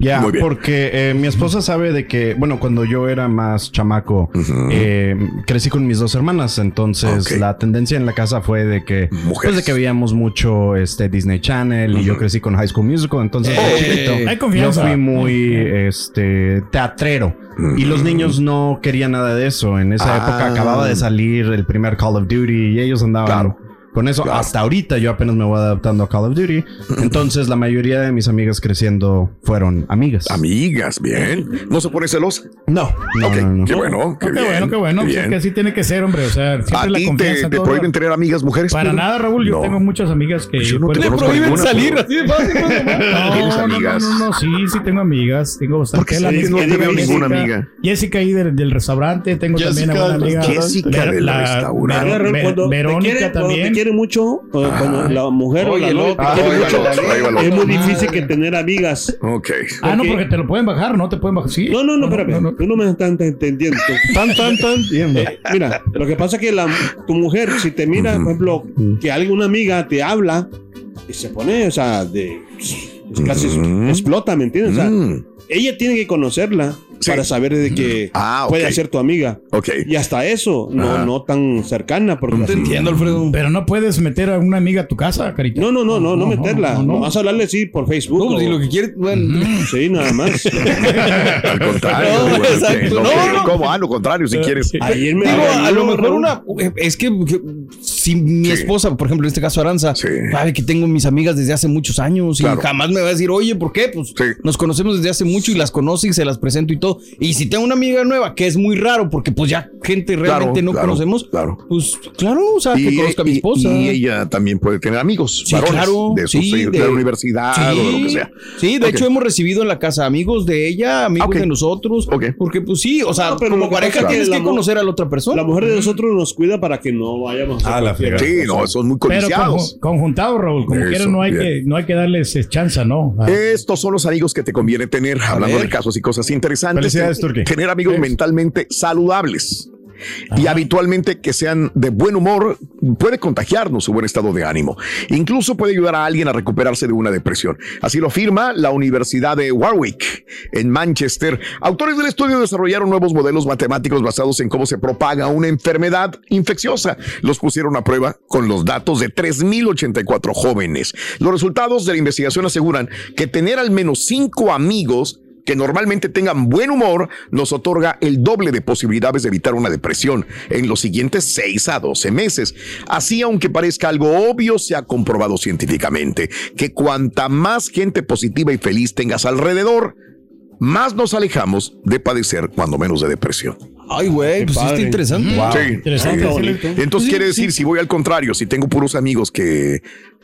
Speaker 4: Ya,
Speaker 1: Muy bien.
Speaker 4: porque eh, mi esposa sabe de que, bueno, cuando yo era más chamaco, eh, crecí con mis dos hermanas, entonces la tendencia en la casa fue de que, pues de que veíamos mucho este Disney Channel y yo crecí con High School Musical, entonces de
Speaker 3: Hey.
Speaker 4: chiquito,
Speaker 3: Hay confianza.
Speaker 4: yo fui muy este teatrero y los niños no querían nada de eso. En esa
Speaker 1: Ah.
Speaker 4: época acababa de salir el primer Call of Duty y ellos andaban con eso. Hasta ahorita yo apenas me voy adaptando a Call of Duty. Entonces la mayoría de mis amigas creciendo fueron amigas.
Speaker 1: Amigas, bien. ¿No se pone celosa?
Speaker 4: No. no, no, no.
Speaker 1: Qué bueno, qué,
Speaker 3: Qué
Speaker 1: bien,
Speaker 3: bueno, qué bueno. Pues es que así tiene que ser, hombre. O sea, siempre
Speaker 1: ¿A
Speaker 3: la
Speaker 1: ti te-
Speaker 3: confianza.
Speaker 1: te
Speaker 3: todo.
Speaker 1: prohíben tener amigas mujeres,
Speaker 3: Para
Speaker 1: Pedro?
Speaker 3: nada, Raúl. Yo
Speaker 1: No. Pues
Speaker 3: tengo muchas amigas que. pues,
Speaker 1: Yo no
Speaker 3: fueron-
Speaker 1: te Le conozco prohíben ninguna, salir, Raúl.
Speaker 3: así de fácil.
Speaker 1: ¿Tienes
Speaker 3: No, no, no,
Speaker 1: amigas?
Speaker 3: no, no, sí, sí tengo amigas. Tengo
Speaker 1: Porque
Speaker 3: bastante.
Speaker 1: sí,
Speaker 3: La
Speaker 1: no
Speaker 3: misma
Speaker 1: te
Speaker 3: tengo
Speaker 1: veo ninguna
Speaker 3: Jessica-
Speaker 1: amiga.
Speaker 3: Jessica ahí del, del restaurante. Tengo también
Speaker 1: Jessica
Speaker 3: a una
Speaker 1: del
Speaker 3: amiga.
Speaker 1: restaurante. Jessica del restaurante.
Speaker 3: Ver-
Speaker 2: Raúl, cuando te
Speaker 3: Verónica
Speaker 2: quiere- cuando
Speaker 3: también.
Speaker 2: te quiere mucho, o
Speaker 1: Ah.
Speaker 2: cuando la mujer
Speaker 3: Oye,
Speaker 2: o la
Speaker 3: el
Speaker 2: novia
Speaker 3: otro.
Speaker 2: te quiere
Speaker 3: Oiga,
Speaker 2: mucho,
Speaker 3: el otro, oiga, el otro.
Speaker 2: es muy difícil que tener amigas.
Speaker 1: Ok.
Speaker 3: Ah, no, porque te lo pueden bajar, no te pueden bajar. Sí.
Speaker 2: No, no, no, espérame. Tú no me estás entendiendo.
Speaker 3: Tan, tan, tan, entiendo.
Speaker 2: Eh, mira, lo que pasa es que la, tu mujer, si te mira, por ejemplo, que alguna amiga te habla y se pone, o sea, de. es casi explota, ¿me entiendes? O sea,
Speaker 3: Mm.
Speaker 2: ella tiene que conocerla para saber de que
Speaker 3: Ah,
Speaker 2: puede ser tu amiga. Y hasta eso, no, no tan cercana. Porque te entiendo, Alfredo.
Speaker 3: Pero no puedes meter a una amiga a tu casa, carita.
Speaker 2: No, no, no, no, no meterla.
Speaker 3: no,
Speaker 2: No,
Speaker 3: no, no.
Speaker 2: Vas a hablarle, sí, por Facebook.
Speaker 3: No, si lo
Speaker 2: que quieres, Sí, nada más.
Speaker 1: Al contrario.
Speaker 2: No,
Speaker 1: güey,
Speaker 2: exacto.
Speaker 1: ok,
Speaker 2: No,
Speaker 1: ok.
Speaker 2: no.
Speaker 1: ¿Cómo? Ah, lo contrario, si quieres.
Speaker 2: Ayer me
Speaker 5: Digo, a lo mejor una. eh, Es que, que si mi esposa, por ejemplo, en este caso Aranza, sabe que tengo mis amigas desde hace muchos años
Speaker 1: Claro.
Speaker 5: pues, y jamás me va a decir, oye, ¿por qué? Pues nos conocemos desde hace mucho y las conoce y se las presento y todo. Y si tengo una amiga nueva, que es muy raro porque pues ya gente realmente no
Speaker 1: claro,
Speaker 5: conocemos,
Speaker 1: claro.
Speaker 5: pues claro, o sea, que conozca a mi
Speaker 1: y-
Speaker 5: esposa.
Speaker 1: y ella también puede tener amigos.
Speaker 5: Sí,
Speaker 1: varones,
Speaker 5: claro,
Speaker 1: De, sus-
Speaker 5: sí,
Speaker 1: de
Speaker 5: de-
Speaker 1: la universidad o de lo que sea.
Speaker 5: Sí, de
Speaker 1: Ok.
Speaker 5: hecho hemos recibido en la casa amigos de ella, amigos de nosotros. Porque pues sí, o sea,
Speaker 2: No, pero
Speaker 5: como
Speaker 2: lo que pasa
Speaker 5: pareja
Speaker 2: es que
Speaker 5: tienes
Speaker 2: la
Speaker 5: que
Speaker 2: mu-
Speaker 5: conocer a la otra persona.
Speaker 2: La mujer de nosotros nos cuida para que no vayamos
Speaker 3: Ah,
Speaker 5: Ah,
Speaker 2: a cualquier
Speaker 1: Sí,
Speaker 2: cosa.
Speaker 1: no, son muy
Speaker 3: Pero
Speaker 1: codiciados.
Speaker 3: conju- conjuntado, Raúl, como
Speaker 1: Eso,
Speaker 3: quieras, no hay
Speaker 1: bien.
Speaker 3: que, no hay que darles eh, chanza, ¿no? Ah.
Speaker 1: Estos son los amigos que te conviene tener, hablando
Speaker 3: ver.
Speaker 1: de casos y cosas interesantes.
Speaker 3: Felicidades, Turki.
Speaker 1: Tener amigos
Speaker 3: Sí.
Speaker 1: mentalmente saludables y habitualmente que sean de buen humor puede contagiarnos su buen estado de ánimo. Incluso puede ayudar a alguien a recuperarse de una depresión. Así lo afirma la Universidad de Warwick en Manchester. Autores del estudio desarrollaron nuevos modelos matemáticos basados en cómo se propaga una enfermedad infecciosa. Los pusieron a prueba con los datos de 3.084 jóvenes. Los resultados de la investigación aseguran que tener al menos cinco amigos que normalmente tengan buen humor nos otorga el doble de posibilidades de evitar una depresión en los siguientes 6 a 12 meses. Así, aunque parezca algo obvio, se ha comprobado científicamente que cuanta más gente positiva y feliz tengas alrededor, más nos alejamos de padecer cuando menos de depresión.
Speaker 5: Ay, güey, pues sí está interesante.
Speaker 1: Sí, sí.
Speaker 5: bonito.
Speaker 1: Entonces
Speaker 5: Sí,
Speaker 1: quiere
Speaker 5: sí.
Speaker 1: decir, si voy al contrario, si tengo puros amigos que,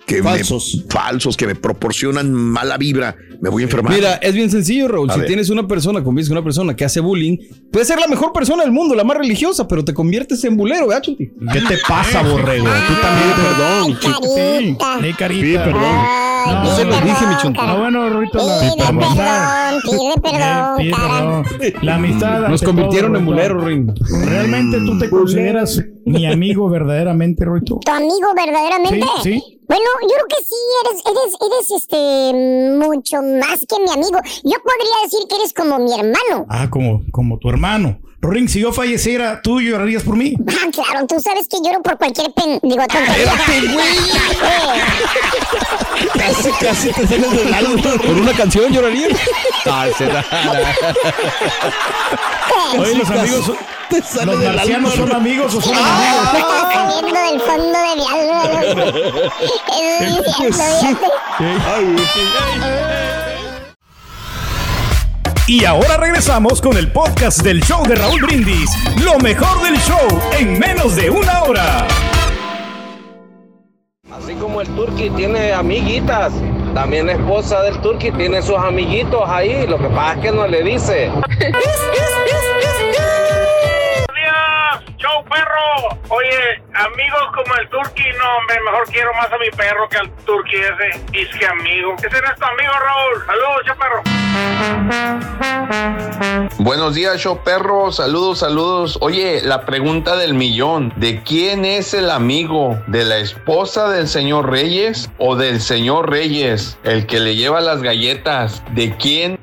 Speaker 1: que me- falsos, que me proporcionan mala vibra, me voy a enfermar.
Speaker 5: Mira, es bien sencillo, Raúl.
Speaker 1: A
Speaker 5: si
Speaker 1: ver.
Speaker 5: tienes una persona, convives con una persona que hace bullying, puedes ser la mejor persona del mundo, la más religiosa, pero te conviertes en bulero, ¿verdad, Chuti?
Speaker 4: ¿Qué te pasa, borrego? Tú también,
Speaker 2: perdón.
Speaker 3: Ah. Sí, sí, carita.
Speaker 4: perdón.
Speaker 3: No,
Speaker 5: se lo dije, mi chunta.
Speaker 3: Ah, bueno, Rorrito, la,
Speaker 5: Pide
Speaker 3: la amistad. Eh,
Speaker 6: Perdón, pide Eh, perdón,
Speaker 3: Pide
Speaker 6: cara.
Speaker 3: perdón. La amistad.
Speaker 5: Nos
Speaker 3: ante
Speaker 5: convirtieron en
Speaker 3: Rorrito.
Speaker 5: bulero, Rin.
Speaker 3: ¿Realmente tú
Speaker 1: Mm,
Speaker 3: te consideras mi amigo verdaderamente, Rorrito?
Speaker 6: ¿Tu amigo verdaderamente?
Speaker 3: Sí, sí.
Speaker 6: Bueno, yo creo que sí, eres, eres, eres este, mucho más que mi amigo. Yo podría decir que eres como mi hermano.
Speaker 3: Ah, como, como tu hermano. Ring, si yo falleciera, ¿tú llorarías por mí?
Speaker 6: Ah, claro, tú sabes que lloro por cualquier pen... Digo, tontería.
Speaker 5: Casi, casi te sales del álbum. ¿Por una canción llorarías? No, será.
Speaker 3: Oye, los amigos... son-
Speaker 5: Te sale
Speaker 3: ¿Los
Speaker 5: del alma,
Speaker 3: marcianos son
Speaker 5: ¿no?
Speaker 3: amigos o son
Speaker 6: Me
Speaker 3: amigos?
Speaker 6: está Ah, saliendo del fondo de mi alma. Eso sí es cierto,
Speaker 8: Y ahora regresamos con el podcast del show de Raúl Brindis. Lo mejor del show en menos de una hora.
Speaker 10: Así como el Turqui tiene amiguitas, también la esposa del Turqui tiene sus amiguitos ahí. Lo que pasa es que no le dice.
Speaker 13: ¡Show, perro! Oye, amigos como el turqui, no, hombre, mejor quiero más a mi perro que al turqui ese. Y es que amigo. Ese no es tu amigo, Raúl. Saludos, show perro.
Speaker 14: Buenos días, show perro. Saludos, saludos. Oye, la pregunta del millón: ¿de quién es el amigo? ¿De la esposa del señor Reyes o del señor Reyes, el que le lleva las galletas? ¿De quién?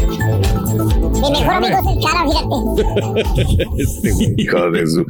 Speaker 6: Mi mejor amigo es el cara, fíjate.
Speaker 1: Este güey, hijo de su-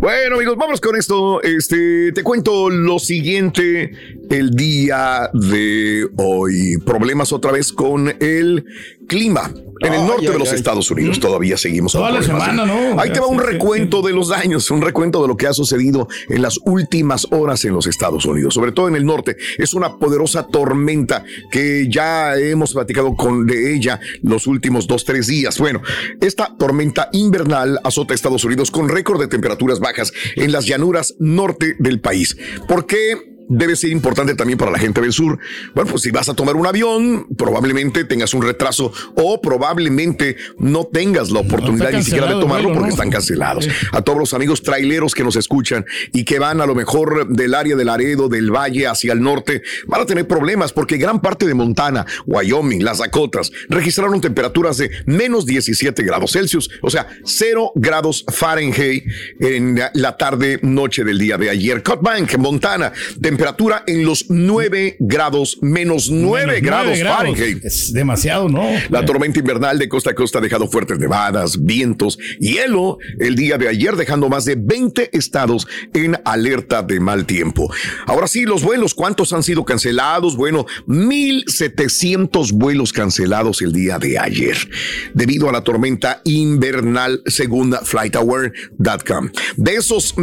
Speaker 1: Bueno, amigos, vamos con esto. Este, te cuento lo siguiente el día de hoy. Problemas otra vez con el clima. En el norte de los Estados Unidos todavía seguimos con
Speaker 3: Mm. Toda la
Speaker 1: problemas,
Speaker 3: semana,
Speaker 1: ¿eh?
Speaker 3: ¿no?
Speaker 1: Ahí te va un recuento de los daños, un recuento de lo que ha sucedido en las últimas horas en los Estados Unidos, sobre todo en el norte. Es una poderosa tormenta que ya hemos platicado con de ella los últimos dos, tres días. Bueno, esta tormenta invernal azota Estados Unidos con récord de temperaturas bajas en las llanuras norte del país. ¿Por qué? debe ser importante también para la gente del sur. Bueno, pues si vas a tomar un avión, probablemente tengas un retraso o probablemente no tengas la oportunidad ni siquiera de
Speaker 3: cancelado el
Speaker 1: tomarlo
Speaker 3: vuelo,
Speaker 1: porque
Speaker 3: ¿no?
Speaker 1: están cancelados. A todos los amigos traileros que nos escuchan y que van a lo mejor del área del Laredo, del Valle hacia el norte, van a tener problemas porque gran parte de Montana, Wyoming, las Dakotas registraron temperaturas de menos 17 grados Celsius, o sea, 0 grados Fahrenheit en la tarde noche del día de ayer. Cutbank, Montana, temperatura en los 9 grados, menos 9
Speaker 3: Menos
Speaker 1: grados,
Speaker 3: nueve grados.
Speaker 1: Fahrenheit.
Speaker 3: Es demasiado, ¿no?
Speaker 1: La tormenta invernal de costa a costa ha dejado fuertes nevadas, vientos, hielo el día de ayer, dejando más de 20 estados en alerta de mal tiempo. Ahora sí, los vuelos, ¿cuántos han sido cancelados? Bueno, 1.700 vuelos cancelados el día de ayer, debido a la tormenta invernal, según FlightAware.com. De esos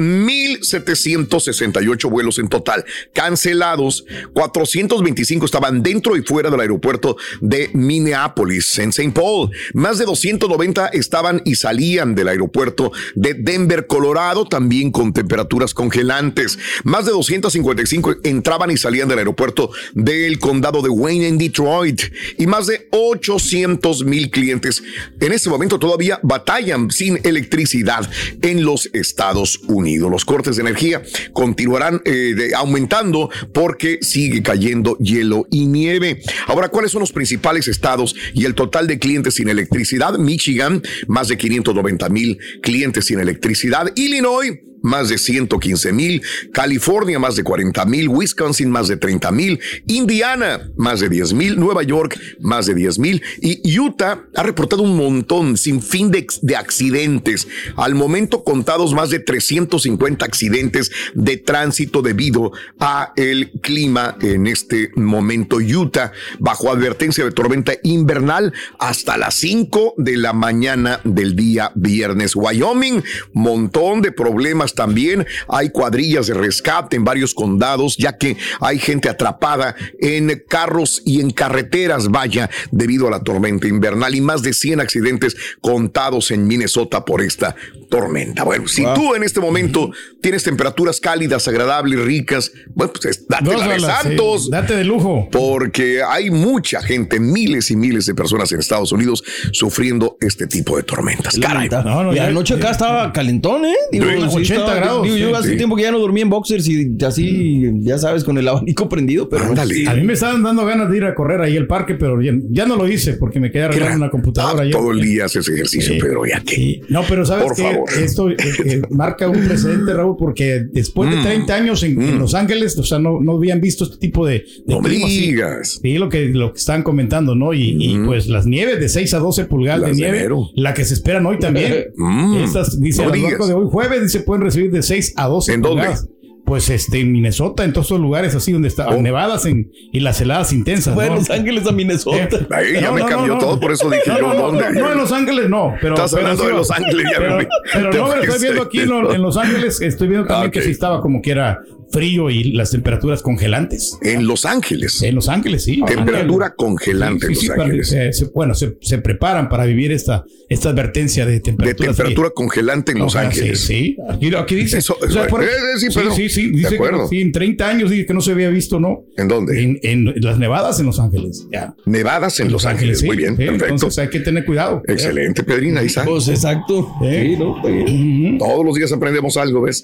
Speaker 1: 1.768 vuelos en total cancelados, 425 estaban dentro y fuera del aeropuerto de Minneapolis, en St. Paul. Más de 290 estaban y salían del aeropuerto de Denver, Colorado, también con temperaturas congelantes. Más de 255 entraban y salían del aeropuerto del condado de Wayne en Detroit. Y más de 800 mil clientes en este momento todavía batallan sin electricidad en los Estados Unidos. Los cortes de energía continuarán eh, de- aumentando porque sigue cayendo hielo y nieve. Ahora, ¿cuáles son los principales estados y el total de clientes sin electricidad? Michigan, más de 590 mil clientes sin electricidad. Illinois, más de 115 mil, California más de 40 mil, Wisconsin más de 30 mil, Indiana más de 10 mil, Nueva York más de 10 mil y Utah ha reportado un montón sin fin de, de accidentes. Al momento contados más de 350 accidentes de tránsito debido a el clima en este momento. Utah bajo advertencia de tormenta invernal hasta las 5 de la mañana del día viernes. Wyoming, montón de problemas también. Hay cuadrillas de rescate en varios condados, ya que hay gente atrapada en carros y en carreteras, vaya, debido a la tormenta invernal y más de 100 accidentes contados en Minnesota por esta tormenta. Bueno, si tú en este momento tienes temperaturas cálidas, agradables, ricas, bueno, pues es- date la de
Speaker 3: Gózala, sí.
Speaker 1: santos.
Speaker 3: Date de lujo.
Speaker 1: Pues, Porque hay mucha gente, miles y miles de personas en Estados Unidos sufriendo este tipo de tormentas. Caray.
Speaker 5: No, no, y
Speaker 1: ya-
Speaker 5: anoche acá estaba calentón, ¿eh?
Speaker 1: Sí,
Speaker 5: sí, estaba no, digo, yo hace tiempo que ya no dormí en boxers y así, ya sabes, con el abanico prendido, pero.
Speaker 3: Sí, A mí me estaban dando ganas de ir a correr ahí al parque, pero ya, ya no lo hice porque me quedé arreglando una computadora. ayer.
Speaker 1: Todo el día haces ejercicio, Pedro, ya que.
Speaker 3: No, pero sabes
Speaker 1: Por
Speaker 3: que
Speaker 1: favor.
Speaker 3: esto eh, eh, marca un precedente, Raúl, porque después de
Speaker 1: Mm.
Speaker 3: 30 años en, en Los Ángeles, o sea, no, no habían visto este tipo de. de
Speaker 1: No me
Speaker 3: clima así.
Speaker 1: digas. Mm.
Speaker 3: Sí, lo que, lo que están comentando, ¿no? Y, y, pues las nieves de 6 a 12 pulgadas
Speaker 1: Las
Speaker 3: de
Speaker 1: de
Speaker 3: nieve,
Speaker 1: enero.
Speaker 3: la que se esperan hoy también.
Speaker 1: Mm.
Speaker 3: Estas, dice,
Speaker 1: No
Speaker 3: a lo largo
Speaker 1: digas.
Speaker 3: de hoy jueves, dice, pueden recibir de 6 a 12
Speaker 1: ¿En dónde?
Speaker 3: pulgadas. Pues este, en Minnesota, en todos esos lugares así donde
Speaker 1: Oh.
Speaker 3: está, nevadas en, y las heladas intensas.
Speaker 5: Fue de
Speaker 3: ¿no?
Speaker 5: Los Ángeles a Minnesota.
Speaker 3: Eh,
Speaker 1: Ahí ya me cambió todo, por eso dije
Speaker 3: No,
Speaker 1: yo,
Speaker 3: no, no,
Speaker 1: ¿dónde?
Speaker 3: no, no, en Los Ángeles no. Pero,
Speaker 1: Estás
Speaker 3: pero
Speaker 1: hablando
Speaker 3: sí
Speaker 1: de
Speaker 3: va-
Speaker 1: Los Ángeles, ya
Speaker 3: pero,
Speaker 1: me-
Speaker 3: pero
Speaker 1: te
Speaker 3: no, pero estoy
Speaker 1: ofendiste.
Speaker 3: viendo aquí en lo- en Los Ángeles, estoy viendo
Speaker 1: Ah,
Speaker 3: también que sí estaba como que era frío y las temperaturas congelantes.
Speaker 1: En Los Ángeles.
Speaker 3: En Los Ángeles, sí.
Speaker 1: Temperatura congelante en
Speaker 3: Sí, sí,
Speaker 1: Los
Speaker 3: para-
Speaker 1: Ángeles.
Speaker 3: eh, se- bueno, se, se preparan para vivir esta, esta advertencia de
Speaker 1: De
Speaker 3: temperatura.
Speaker 1: temperatura congelante en Los
Speaker 3: Ojalá,
Speaker 1: Ángeles.
Speaker 3: Sí, sí. Aquí, aquí dice.
Speaker 1: Eso,
Speaker 3: o sea, por-
Speaker 1: eh, eh, sí, Pedro.
Speaker 3: sí, sí,
Speaker 1: De
Speaker 3: Dice que
Speaker 1: acuerdo.
Speaker 3: sí, en 30 años dice que no se había visto, ¿no?
Speaker 1: ¿En dónde?
Speaker 3: En, en las nevadas en Los Ángeles. Ya.
Speaker 1: Nevadas en Los Ángeles.
Speaker 3: sí,
Speaker 1: Muy bien,
Speaker 3: sí,
Speaker 1: perfecto.
Speaker 3: Entonces hay que tener cuidado.
Speaker 1: Excelente, Pedrina, ahí está.
Speaker 5: Pues exacto. Pues,
Speaker 1: Sí, no, está
Speaker 3: bien.
Speaker 1: Todos los días aprendemos algo, ¿ves?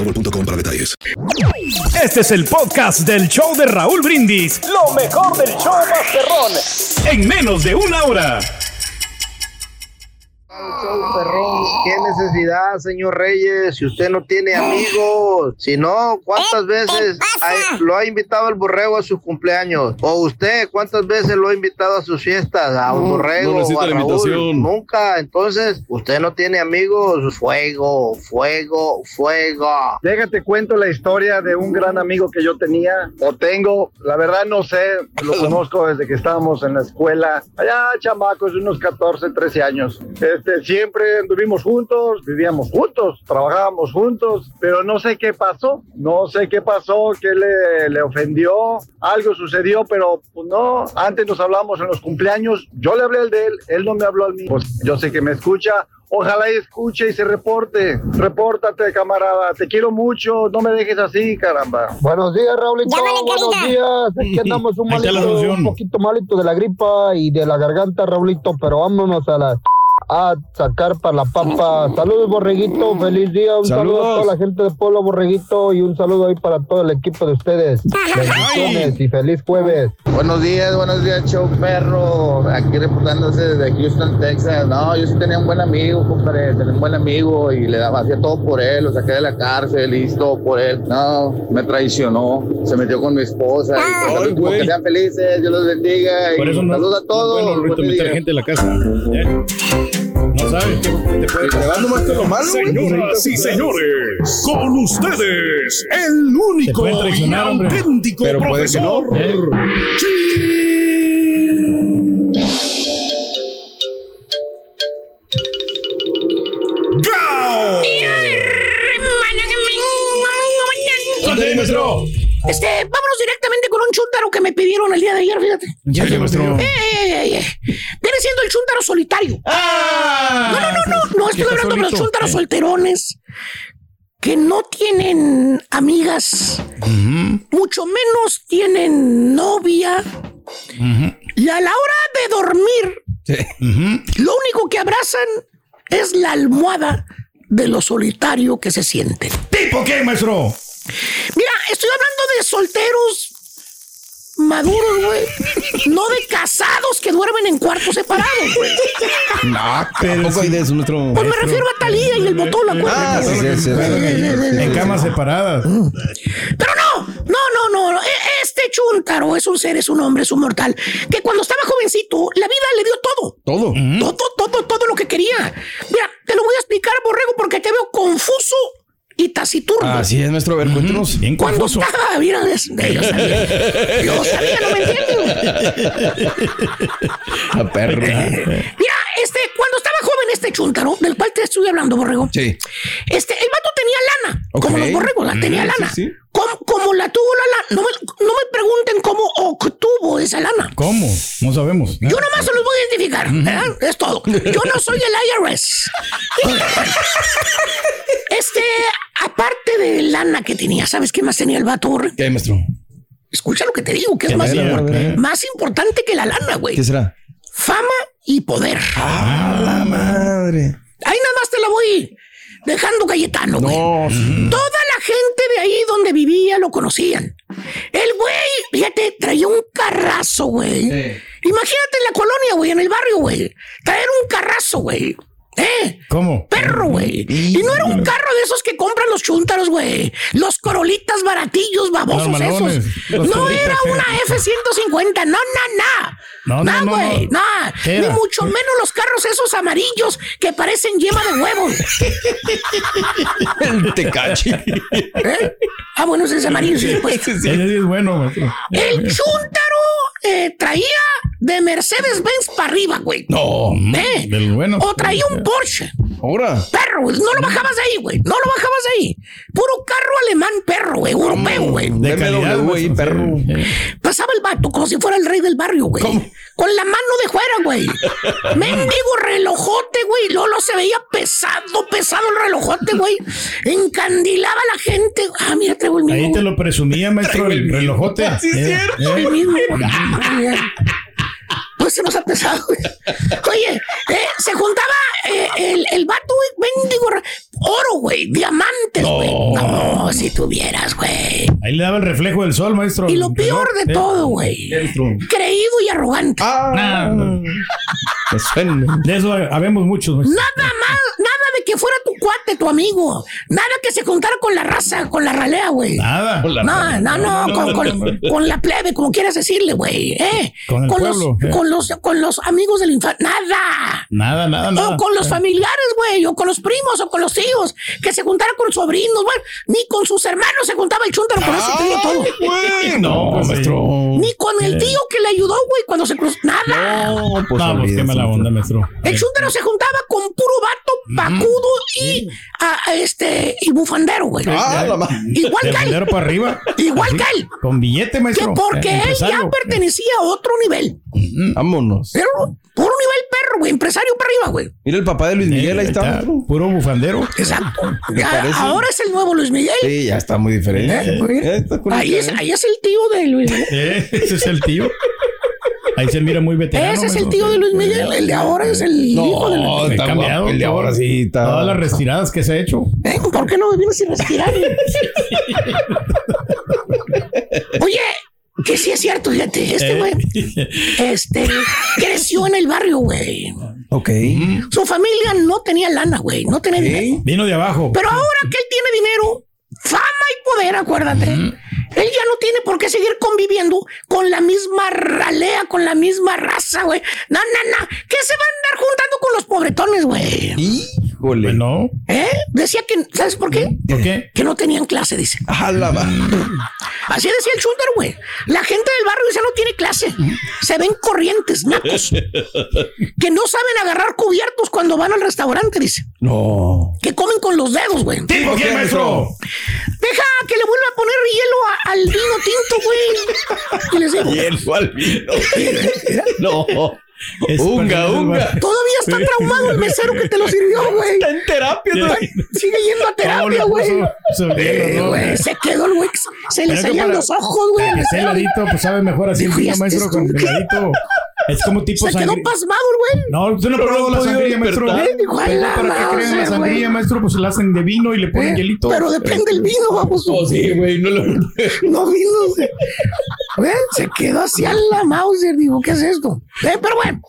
Speaker 15: para detalles.
Speaker 8: Este es el podcast del show de Raúl Brindis. Lo mejor del show Masterrón. En menos de una hora.
Speaker 16: Perrón, ¿Qué necesidad, señor Reyes? Si usted no tiene amigos, si no, ¿cuántas veces ha- lo ha invitado el borrego a sus cumpleaños? O usted, ¿cuántas veces lo ha invitado a sus fiestas? A un
Speaker 17: No,
Speaker 16: borrego.
Speaker 17: no necesita
Speaker 16: o a
Speaker 17: la
Speaker 16: Raúl?
Speaker 17: invitación.
Speaker 16: Nunca. Entonces, usted no tiene amigos. Fuego, fuego, fuego.
Speaker 17: Déjate cuento la historia de un gran amigo que yo tenía o tengo. La verdad no sé, lo conozco desde que estábamos en la escuela. Allá, chamacos, unos 14, 13 años. Este, siempre anduvimos juntos, vivíamos juntos, trabajábamos juntos, pero no sé qué pasó. No sé qué pasó, qué le, le ofendió, algo sucedió, pero pues, no. Antes nos hablamos en los cumpleaños. Yo le hablé al de él, él no me habló al mío. Pues yo sé que me escucha. Ojalá y escuche y se reporte. Repórtate, camarada. Te quiero mucho. No me dejes así, caramba. Buenos días, Raulito. Buenos días. Aquí andamos un
Speaker 16: Ahí está la
Speaker 17: malito, un
Speaker 16: solución.
Speaker 17: poquito malito de la gripa y de la garganta, Raulito, pero vámonos a la a sacar para la papa. Saludos, Borreguito. Feliz día. Un saludo a
Speaker 18: Saludos.
Speaker 17: toda la gente de Pueblo Borreguito y un saludo ahí para todo el equipo de ustedes. Bendiciones y feliz jueves.
Speaker 12: Buenos días, buenos días, show perro. Aquí reportándose desde Houston, Texas. No, yo sí tenía un buen amigo, compadre. Tenía un buen amigo y le daba, hacía todo por él. Lo saqué de la cárcel, listo por él. No, me traicionó. Se metió con mi esposa. Y, pues, saludos, que sean felices, Dios los bendiga.
Speaker 3: Por
Speaker 12: y
Speaker 3: eso no-
Speaker 12: saludos a todos.
Speaker 3: Bueno, Rito,
Speaker 12: Buen
Speaker 3: meter
Speaker 12: día.
Speaker 3: gente en la casa. ¿eh? No sabes qué te puede
Speaker 12: vas nomás con lo malo, güey.
Speaker 8: Señoras y señores, con ustedes, el
Speaker 3: Te
Speaker 8: único
Speaker 3: pueden
Speaker 8: y
Speaker 3: traicionar, hombre.
Speaker 8: auténtico
Speaker 3: Pero puede que no. ¿Eh?
Speaker 8: profesor.
Speaker 11: ¡Gao!
Speaker 3: ¿Dónde, maestro?
Speaker 19: Este, vámonos directamente con un chuntaro que me pidieron el día de ayer, fíjate.
Speaker 3: Ya te mostró.
Speaker 19: Eh, eh, eh, eh. Viene siendo el chuntaro solitario. no, no, no, no, no, estoy
Speaker 3: Ya está
Speaker 19: hablando de los
Speaker 3: solito.
Speaker 19: chuntaros
Speaker 3: Eh.
Speaker 19: solterones que no tienen amigas, mucho menos tienen novia. Y a la hora de dormir, lo único que abrazan es la almohada de lo solitario que se sienten.
Speaker 3: ¿Tipo qué, maestro?
Speaker 19: Mira, estoy hablando de solteros maduros, güey. No de casados que duermen en cuartos separados, güey.
Speaker 1: No,
Speaker 5: tampoco hay de eso, nuestro.
Speaker 19: Pues me refiero a Talía y el botón,
Speaker 5: Ah,
Speaker 19: acuérdate.
Speaker 5: sí, sí, sí, sí.
Speaker 3: En camas separadas.
Speaker 19: Pero no, no, no, no. E- Este Chuntaro es un ser, es un hombre, es un mortal. Que cuando estaba jovencito, la vida le dio todo.
Speaker 5: Todo.
Speaker 19: Todo, todo, todo lo que quería. Mira, te lo voy a explicar, Borrego, porque te veo confuso y taciturno.
Speaker 5: Así es, nuestro. A ver, cuéntanos. Bien
Speaker 19: Cuando estaba, mira, es- yo sabía, yo sabía, no me entiendes.
Speaker 5: A perro.
Speaker 19: Mira, este, cuando estaba joven este Chuntaro, del cual te estoy hablando, Borrego,
Speaker 5: Sí.
Speaker 19: este, el vato tenía lana,
Speaker 5: Ok.
Speaker 19: como los borregos, la tenía
Speaker 5: Mm,
Speaker 19: lana.
Speaker 5: sí, sí.
Speaker 19: Como, como la tuvo la lana, no me, no me pregunten cómo obtuvo esa lana.
Speaker 3: ¿Cómo? No sabemos.
Speaker 19: Yo nomás se los voy a identificar, ¿verdad? es todo. Yo no soy el IRS. Este, aparte de lana que tenía, ¿sabes qué más tenía el vato? Borre?
Speaker 5: ¿Qué, maestro?
Speaker 19: Escucha lo que te digo, que es
Speaker 5: A
Speaker 19: más,
Speaker 5: ver, a ver, a ver, a ver.
Speaker 19: más importante que la lana, güey.
Speaker 5: ¿Qué será? Ah.
Speaker 19: Fama y poder.
Speaker 3: Ah,
Speaker 5: la madre.
Speaker 19: Ahí nada más te la voy dejando Cayetano, güey. Toda la gente de ahí donde vivía lo conocían. El güey, fíjate, traía un carrazo, güey. Imagínate en la colonia, güey, en el barrio, güey. Traer un carrazo, güey. ¿Eh?
Speaker 3: ¿Cómo?
Speaker 19: Perro, güey. Y no era un carro de esos que compran los chuntaros, güey. Los corolitas baratillos, babosos
Speaker 3: Los
Speaker 19: esos.
Speaker 3: malones, los
Speaker 19: no
Speaker 3: corolitas.
Speaker 19: era una F-150. No, no, no.
Speaker 3: No, no,
Speaker 19: No,
Speaker 3: no,
Speaker 19: güey.
Speaker 3: no.
Speaker 19: No.
Speaker 3: ¿Qué
Speaker 19: Ni
Speaker 3: era?
Speaker 19: mucho menos los carros esos amarillos que parecen yema de huevo.
Speaker 5: El tecachi.
Speaker 19: ¿Eh? Ah, bueno, ese es amarillo, sí, pues.
Speaker 3: Ese sí es bueno, maestro.
Speaker 19: El chúntaro eh, traía de Mercedes-Benz para arriba, güey.
Speaker 3: No,
Speaker 19: ¿Eh?
Speaker 3: del bueno.
Speaker 19: O traía un Porsche.
Speaker 5: Ahora.
Speaker 19: Perro, güey. No lo bajabas de ahí, güey. No lo bajabas de ahí. Puro carro alemán, perro, güey. Europeo, güey.
Speaker 3: Mm,
Speaker 5: De BMW ahí, perro.
Speaker 19: Pasaba el vato como si fuera el rey del barrio, güey. Con la mano de fuera, güey. Mendigo relojote, güey. Lolo se veía pesado, pesado el relojote, güey. Encandilaba a la gente. Ah, mira, traigo el mismo.
Speaker 3: Ahí te lo presumía, maestro, el relojote. Eh, eh.
Speaker 19: El mismo. Pues se nos ha pesado, güey. Oye, eh, se juntaba eh, el, el vato, güey, mendigo, re- oro, güey, diamantes, güey. No. si tuvieras, güey.
Speaker 3: Oh. Ahí le daba el reflejo del sol, maestro.
Speaker 19: Y lo peor de
Speaker 3: Eh,
Speaker 19: todo, güey.
Speaker 3: maestro.
Speaker 19: Creído y arrogante.
Speaker 3: Nah, no. De eso habemos muchos, maestro.
Speaker 19: Nada más, nada de que fuera tu cuate, tu amigo. Nada que se juntara con la raza, con la ralea, güey.
Speaker 3: Nada. Con la
Speaker 19: No,
Speaker 3: ralea.
Speaker 19: no, no, con, con- con la plebe, como quieras decirle, güey. ¿eh?
Speaker 3: Con el pueblo.
Speaker 19: los, con los, con los amigos del infante. Nada.
Speaker 3: Nada, nada, nada.
Speaker 19: O con los
Speaker 3: Eh.
Speaker 19: familiares, güey, o con los primos, o con los tíos, que se juntara con sobrinos, güey. Ni con sus hermanos se juntaba el chuntaro, con eso te digo todo.
Speaker 3: No, pues, maestro. Eh.
Speaker 19: Ni con el tío que le ayudó, güey, cuando se cruzó. Nada.
Speaker 3: No, pues, qué mala onda, maestro.
Speaker 19: El chúntaro se juntaba con puro vato
Speaker 3: Mm,
Speaker 19: pacudo y a- a este y bufandero, güey.
Speaker 3: Ah, la ma-
Speaker 19: Igual
Speaker 3: Del
Speaker 19: que él.
Speaker 3: dinero para arriba.
Speaker 19: Igual
Speaker 3: Así,
Speaker 19: que él.
Speaker 3: Con billete,
Speaker 19: Que
Speaker 3: maestro.
Speaker 19: porque
Speaker 3: Eh,
Speaker 19: él ya
Speaker 3: empresario.
Speaker 19: pertenecía a otro nivel.
Speaker 5: Vámonos.
Speaker 19: Pero puro nivel perro, güey. Empresario para arriba, güey.
Speaker 5: Mira el papá de Luis Miguel, ahí está. maestro.
Speaker 3: Puro bufandero.
Speaker 19: Exacto.
Speaker 5: ¿Te
Speaker 19: Ya,
Speaker 5: parece?
Speaker 19: Ah, ahora es el nuevo Luis Miguel.
Speaker 5: Sí, ya está muy diferente.
Speaker 19: Eh, güey.
Speaker 5: Ya está con el
Speaker 19: Ahí es,
Speaker 5: cabello.
Speaker 19: ahí es el tío de Luis Miguel.
Speaker 3: Eh, Ese es el tío. Ahí se mira muy veterano.
Speaker 19: Ese es pues. el
Speaker 3: maestro.
Speaker 19: tío de Luis Miguel. El de ahora es el hijo de Luis
Speaker 3: Está cambiado.
Speaker 5: guapo, el de
Speaker 3: todo.
Speaker 5: ahora sí está-
Speaker 3: Todas las retiradas que se ha hecho.
Speaker 19: Eh, ¿Por qué no me vino sin respirar? güey? Oye, que sí es cierto, fíjate, este güey, este, creció en el barrio, güey.
Speaker 5: Ok.
Speaker 19: Su familia no tenía lana, güey, no tenía dinero.
Speaker 3: Vino de abajo.
Speaker 19: Pero ahora que él tiene dinero, fama y poder, acuérdate, él ya no tiene por qué seguir conviviendo con la misma ralea, con la misma raza, güey. No, no, no, que se van a andar juntando con los pobretones, güey.
Speaker 5: Híjole.
Speaker 3: Pues no.
Speaker 19: ¿Eh? Decía que, ¿sabes por qué?
Speaker 3: ¿Por qué?
Speaker 19: Que no tenían clase, dice.
Speaker 5: A la ma-
Speaker 19: Así decía el Chunder, güey. La gente del barrio ya no tiene clase. Se ven corrientes, nacos, que no saben agarrar cubiertos cuando van al restaurante, dice.
Speaker 5: No.
Speaker 19: Que comen con los dedos, güey.
Speaker 3: ¿Tipo quién, maestro?
Speaker 19: Deja que le vuelva a poner hielo a- al vino tinto, güey. Y les digo,
Speaker 5: Hielo al vino. No.
Speaker 3: Es parte
Speaker 5: Unga,
Speaker 3: del
Speaker 5: unga.
Speaker 19: todavía está traumado el mesero que te lo sirvió, güey.
Speaker 5: Está en terapia todavía.
Speaker 19: Sigue yendo a
Speaker 3: Todo le
Speaker 19: terapia,
Speaker 3: puso
Speaker 19: güey.
Speaker 3: su hielo,
Speaker 19: Eh,
Speaker 3: ¿no?
Speaker 19: güey, Se quedó el güey. Se le
Speaker 3: Creo que
Speaker 19: salían
Speaker 3: para-
Speaker 19: los ojos, güey.
Speaker 3: para Que sea heladito, pues sabe mejor así,
Speaker 19: Dijo, ya
Speaker 3: vino, maestro,
Speaker 19: estés
Speaker 3: con
Speaker 19: tú.
Speaker 3: heladito. Es como tipo
Speaker 19: Se quedó
Speaker 3: sangre.
Speaker 19: pasmado, el güey.
Speaker 3: No, usted no probó la sangría, maestro. ¿eh?
Speaker 19: Dijo, "Ay, la
Speaker 3: ¿Para qué creen la
Speaker 19: madre,
Speaker 3: sangría,
Speaker 19: güey". ¿Eh?
Speaker 3: maestro? Pues la hacen de vino y le ponen hielito. Oh,
Speaker 19: Pero depende el vino, vamos.
Speaker 5: sí, güey. No lo...
Speaker 19: No vino. güey. Güey, se quedó así a la Mauser. Digo, ¿qué es esto? Eh, pero bueno,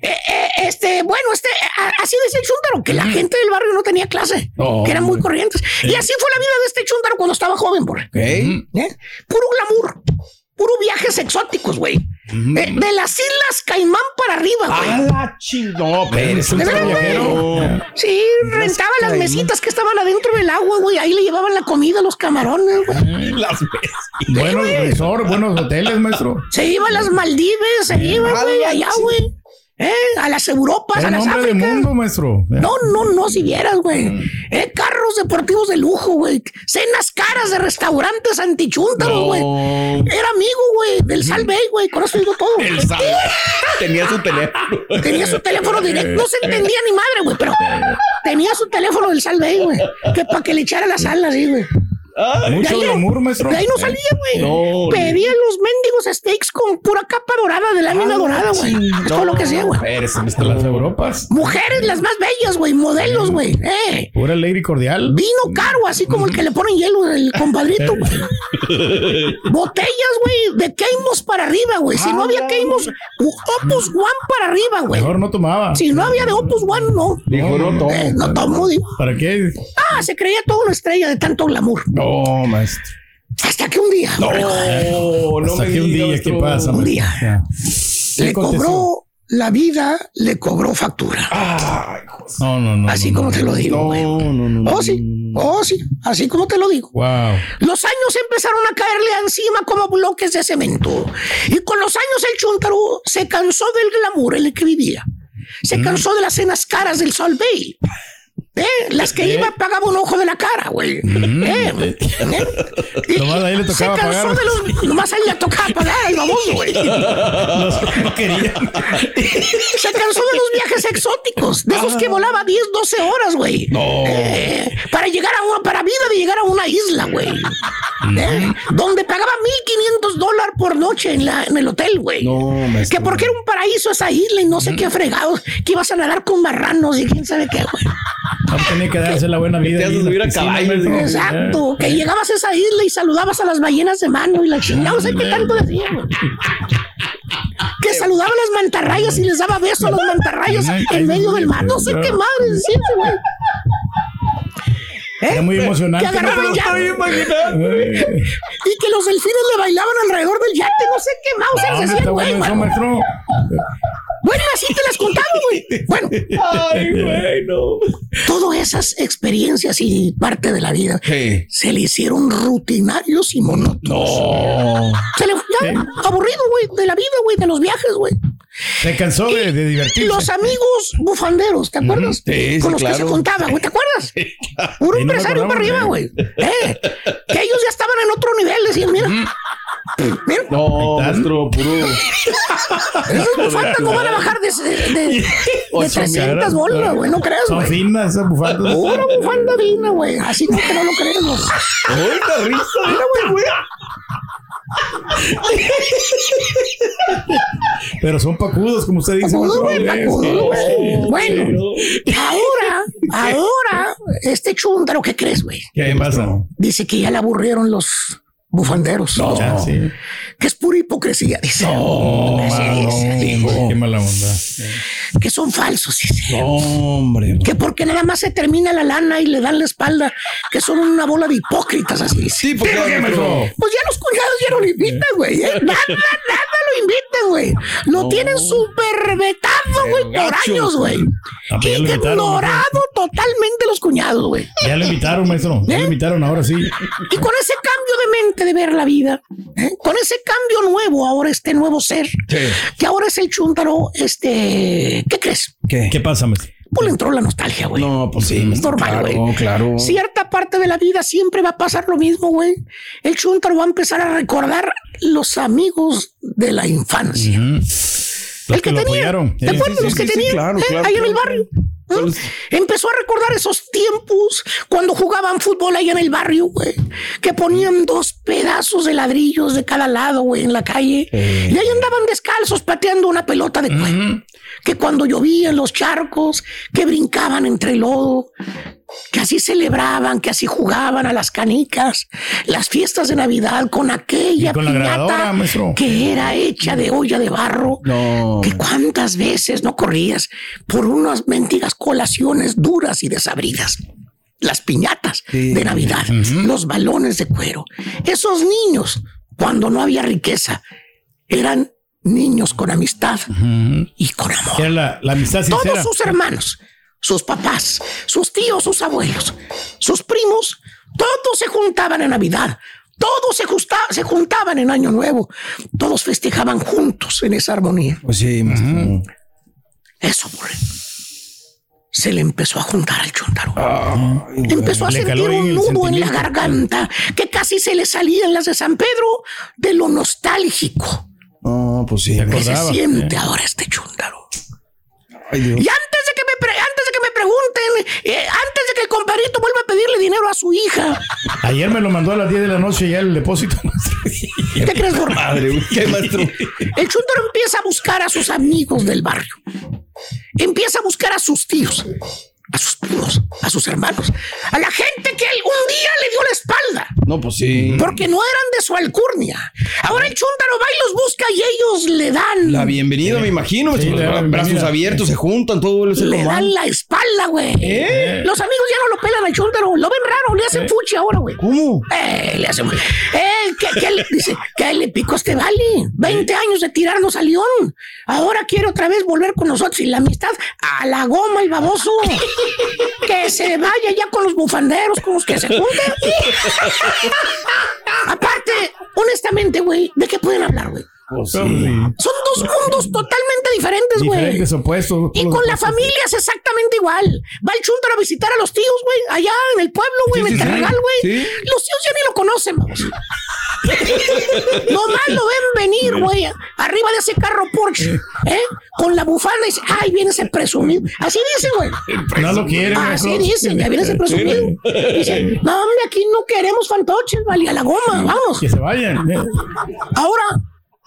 Speaker 19: eh, eh, este, bueno, este, a- así decía el chúntaro, que la gente del barrio no tenía clase,
Speaker 5: No,
Speaker 19: que eran muy
Speaker 5: hombre.
Speaker 19: corrientes. Y así fue la vida de este chúntaro cuando estaba joven, por ¿Eh? Puro glamour, puro viajes exóticos, güey. Eh, de las Islas Caimán para arriba, güey.
Speaker 3: la chingón! Eres un
Speaker 19: ¿De veras, güey?
Speaker 3: viajero.
Speaker 19: Sí, rentaba las
Speaker 3: Caimán.
Speaker 19: mesitas que estaban adentro del agua, güey. Ahí le llevaban la comida a los camarones, güey.
Speaker 3: Las Buenos
Speaker 19: ¿Eh?
Speaker 3: resorts, buenos hoteles, maestro.
Speaker 19: Se iba a las Maldives, se iba, güey, allá, güey. Eh, a las Europas,
Speaker 3: Era
Speaker 19: a las
Speaker 3: un hombre de
Speaker 19: Áfricas.
Speaker 3: mundo, maestro.
Speaker 19: No, no, no, si vieras, güey. Eh, carros deportivos de lujo, güey. Cenas caras de restaurantes antichúntaros, güey. Era amigo, güey, del Salve, güey. Con eso digo todo. El Salve.
Speaker 5: Tenía su teléfono.
Speaker 19: Tenía su teléfono directo. No se entendía ni madre, güey, pero tenía su teléfono del Salve, güey. Que para que le echara las alas, sí, güey.
Speaker 3: Mucho
Speaker 19: de ahí,
Speaker 3: glamour, maestro. Eh.
Speaker 19: de ahí no salía, güey.
Speaker 3: No,
Speaker 19: Pedía los mendigos steaks con pura capa dorada de lámina
Speaker 3: Ah,
Speaker 19: dorada, güey. Es todo lo que sea, güey.
Speaker 3: Eres en las Europas.
Speaker 19: Mujeres las más bellas, güey. Modelos, güey. Eh.
Speaker 3: Pura lady cordial.
Speaker 19: Vino caro, así como el que le ponen hielo el compadrito, güey. Botellas, güey, de Keimos para arriba, güey. Si no había Keimos, u- Opus One para arriba, güey.
Speaker 3: Ah, Mejor no tomaba.
Speaker 19: Si no había de Opus One, no.
Speaker 3: Dijo, no tomo.
Speaker 19: Eh, no tomo, digo.
Speaker 3: ¿Para qué?
Speaker 19: Ah, se creía toda una estrella de tanto glamour.
Speaker 3: No, maestro.
Speaker 19: Hasta que un día.
Speaker 3: No, no me un día, ¿qué pasa?
Speaker 19: Un
Speaker 3: maestro?
Speaker 19: día.
Speaker 3: Ya.
Speaker 19: le
Speaker 3: ¿Qué aconteció?
Speaker 19: cobró la vida, le cobró factura.
Speaker 3: Ah, No, no, no.
Speaker 19: Así
Speaker 3: no,
Speaker 19: como
Speaker 3: no.
Speaker 19: te lo digo, güey.
Speaker 3: No, no, no.
Speaker 19: Oh, sí, oh, sí, así como te lo digo.
Speaker 3: Wow.
Speaker 19: Los años empezaron a caerle encima como bloques de cemento. Y con los años el chuntaro se cansó del glamour en el que vivía.
Speaker 3: Mm.
Speaker 19: Se cansó de las cenas caras del Sol Bay. ¿Eh? Las que iba pagaba un ojo de la cara, güey. ¿Eh? ¿Eh?
Speaker 3: Nomás a él le
Speaker 19: Se
Speaker 3: Mm. tocaba
Speaker 19: cansó
Speaker 3: pagar.
Speaker 19: de los. Nomás a él le tocaba pagar el baboso, güey.
Speaker 3: No, no quería.
Speaker 19: Se cansó de los viajes exóticos, de esos
Speaker 3: Ah.
Speaker 19: que volaba 10, 12 horas, güey. Eh, para llegar a una, para vida de llegar a una isla, güey. Eh, donde pagaba 1500 dólares por noche en, la- en el hotel, güey. que porque era un paraíso esa isla y no sé qué fregados, que ibas a nadar con marranos y quién sabe qué, güey.
Speaker 3: No tenía que darse la buena vida.
Speaker 5: Te haces
Speaker 3: ahí en la
Speaker 5: subir a
Speaker 3: piscina,
Speaker 5: caballo,
Speaker 3: maestro.
Speaker 19: Exacto, que llegabas a esa isla y saludabas a las ballenas de mano y la chingada, no sé qué tanto decían. güey. Que saludaba a las mantarrayas y les daba beso a los mantarrayas en medio del mar, no sé qué madre decían, güey.
Speaker 3: Era muy emocionante.
Speaker 19: Que agarraban
Speaker 3: maestro.
Speaker 19: ya.
Speaker 3: Eh,
Speaker 19: Y que los delfines le bailaban alrededor del yate, no sé qué
Speaker 3: ah,
Speaker 19: mouse se
Speaker 3: está
Speaker 19: hacían, güey.
Speaker 3: bueno eso,
Speaker 19: mano.
Speaker 3: maestro.
Speaker 19: Bueno, así te las contaba, güey. Bueno.
Speaker 3: no.
Speaker 19: Todas esas experiencias y parte de la vida se le hicieron rutinarios y monótonos. Se le ya, aburrido, güey, de la vida, güey, de los viajes, güey.
Speaker 3: Se cansó de, de divertirse.
Speaker 19: Los amigos bufanderos, ¿te acuerdas?
Speaker 3: sí,
Speaker 19: Con los que se
Speaker 3: claro.
Speaker 19: contaba, güey, ¿te acuerdas? Un
Speaker 3: Sí, no me
Speaker 19: empresario
Speaker 3: acordaba,
Speaker 19: para arriba, güey. Eh, que ellos ya estaban en otro nivel, decían, mira. Mira,
Speaker 7: No, maestro, puro.
Speaker 19: esas bufandas no van a bajar de, de, de
Speaker 3: Ocho
Speaker 19: 300
Speaker 3: caras.
Speaker 19: bolas, güey, no creas,
Speaker 3: Son
Speaker 19: güey.
Speaker 3: finas esas bufandas.
Speaker 19: Pura bufanda fina, güey. Así como que no lo creemos.
Speaker 3: Ahorita risa.
Speaker 19: Mira, güey, güey.
Speaker 3: Pero son pacudos, como usted dice.
Speaker 19: Pacudos,
Speaker 3: maestro.
Speaker 19: güey,
Speaker 3: Sí,
Speaker 19: pacudos,
Speaker 3: sí, sí.
Speaker 19: Bueno, ahora, ahora, este chúndaro, ¿qué crees, güey?
Speaker 3: ¿Qué pasa?
Speaker 19: Dice que ya le aburrieron los bufanderos.
Speaker 3: No. Ya, sí.
Speaker 19: Que es pura hipocresía, dice.
Speaker 3: No,
Speaker 19: Así
Speaker 3: mano,
Speaker 19: dice,
Speaker 3: hombre,
Speaker 19: dijo.
Speaker 3: qué mala onda.
Speaker 19: Que son falsos, dice.
Speaker 3: hombre.
Speaker 19: Que porque nada más se termina la lana y le dan la espalda, que son una bola de hipócritas, así dice.
Speaker 5: Sí, porque-
Speaker 19: Pero-
Speaker 5: maestro.
Speaker 19: Pues ya los cuñados ya no lo invitan, güey. ¿eh? Nada, nada lo invitan, güey. Lo tienen súper vetado, güey, por
Speaker 3: gacho.
Speaker 19: años, güey.
Speaker 3: Ah, pues ya lo invitaron,
Speaker 19: Ignorado totalmente los cuñados, güey.
Speaker 3: Ya lo invitaron, maestro.
Speaker 19: ¿Eh?
Speaker 3: Ya lo invitaron ahora sí.
Speaker 19: Y con ese cambio de mente de ver la vida, ¿eh? con ese cambio nuevo, ahora este nuevo ser, que ahora es el chuntaro, este, ¿qué crees?
Speaker 3: ¿Qué? pasa, maestro?
Speaker 19: Pues le entró la nostalgia, güey.
Speaker 5: No, pues sí.
Speaker 19: Es normal, güey.
Speaker 5: Claro, claro.
Speaker 19: Cierta parte de la vida siempre va a pasar lo mismo, güey. El chuntaro va a empezar a recordar los amigos de la infancia.
Speaker 3: Los
Speaker 19: El que,
Speaker 3: lo
Speaker 19: tenía.
Speaker 3: apoyaron.
Speaker 19: ¿Te
Speaker 3: Eh,
Speaker 19: acuerdas
Speaker 3: sí,
Speaker 19: los
Speaker 3: sí,
Speaker 19: que
Speaker 3: sí, sí,
Speaker 19: tenía?
Speaker 3: claro,
Speaker 19: ¿Eh?
Speaker 3: claro,
Speaker 19: ahí en
Speaker 3: claro.
Speaker 19: el barrio. ¿Mm? Empezó a recordar esos tiempos cuando jugaban fútbol ahí en el barrio, güey. Que ponían dos pedazos de ladrillos de cada lado, güey, en la calle. Y ahí andaban descalzos pateando una pelota de cuero. que cuando llovían los charcos, que brincaban entre el lodo, que así celebraban, que así jugaban a las canicas, las fiestas de Navidad con aquella
Speaker 3: Y con la grabadora,
Speaker 19: piñata
Speaker 3: maestro.
Speaker 19: que era hecha de olla de barro, que cuántas veces no corrías por unas mendigas colaciones duras y desabridas. Las piñatas de Navidad, los balones de cuero. Esos niños, cuando no había riqueza, eran niños con amistad y con amor.
Speaker 3: Era la, la amistad sincera.
Speaker 19: Todos sus hermanos, sus papás, sus tíos, sus abuelos, sus primos, todos se juntaban en Navidad. Todos se, justa- se juntaban en Año Nuevo. Todos festejaban juntos en esa armonía.
Speaker 5: Pues sí, maestro.
Speaker 19: Eso, por Se le empezó a juntar al chuntaro. Empezó a
Speaker 3: Ah, le
Speaker 19: sentir
Speaker 3: caló ahí
Speaker 19: un
Speaker 3: el
Speaker 19: nudo en la
Speaker 3: sentimiento.
Speaker 19: garganta que casi se le salían las de San Pedro de lo nostálgico
Speaker 5: Ah, pues sí.
Speaker 19: que se siente ahora este chúndaro. Y antes de que me, pre- antes de que me pregunten, eh, antes de que el compadrito vuelva a pedirle dinero a su hija,
Speaker 3: Ayer me lo mandó a las 10 de la noche ya el depósito.
Speaker 19: ¿Qué crees, Borja?
Speaker 5: Madre, güey, qué maestro.
Speaker 19: el chúndaro empieza a buscar a sus amigos del barrio. Empieza a buscar a sus tíos, a sus primos, a sus hermanos, a la gente que algún día le dio la espalda.
Speaker 5: No, pues sí.
Speaker 19: Porque no eran de su alcurnia. Ahora el chúndaro va y los busca y ellos le dan
Speaker 5: La bienvenida, me imagino.
Speaker 19: Sí,
Speaker 5: maestro.
Speaker 19: la
Speaker 5: Bra-
Speaker 19: bienvenida.
Speaker 5: Brazos abiertos, se juntan, todo vuelve a ser
Speaker 19: Le
Speaker 5: normal.
Speaker 19: dan la espalda, güey.
Speaker 5: ¿Eh?
Speaker 19: Los amigos ya no lo pelan al chúndaro. Lo ven raro, le hacen
Speaker 5: ¿Eh?
Speaker 19: fuchi ahora, güey.
Speaker 5: ¿Cómo?
Speaker 19: Eh, le hacen. Eh, ¿qué, qué le, dice, ¿qué le picó a este vale? 20
Speaker 5: ¿Eh?
Speaker 19: años de tirarnos al león. Ahora quiere otra vez volver con nosotros y la amistad a la goma, el baboso. que se vaya ya con los bufanderos, con los que se juntan. Aparte, honestamente, güey, ¿de qué pueden hablar, güey? Son dos mundos totalmente diferentes, güey.
Speaker 3: Diferentes opuestos.
Speaker 19: Y con la familia es exactamente igual. Va el chuntaro a visitar a los tíos, güey, allá en el pueblo, güey,
Speaker 3: Sí,
Speaker 19: en
Speaker 3: sí,
Speaker 19: el Terregal,
Speaker 3: sí.
Speaker 19: güey.
Speaker 3: Sí.
Speaker 19: Los tíos ya ni lo conocen, vamos. Nomás lo ven venir, güey, arriba de ese carro Porsche, ¿eh? Con la bufanda y dice, ay, viene ese presumido. Así dice, güey.
Speaker 3: No lo quieren.
Speaker 19: Así
Speaker 3: maestro.
Speaker 19: dice, ya viene ese presumido. Dice, no, hombre, aquí no queremos fantoches, vale, a la goma, vamos.
Speaker 3: Que se vayan. eh.
Speaker 19: Ahora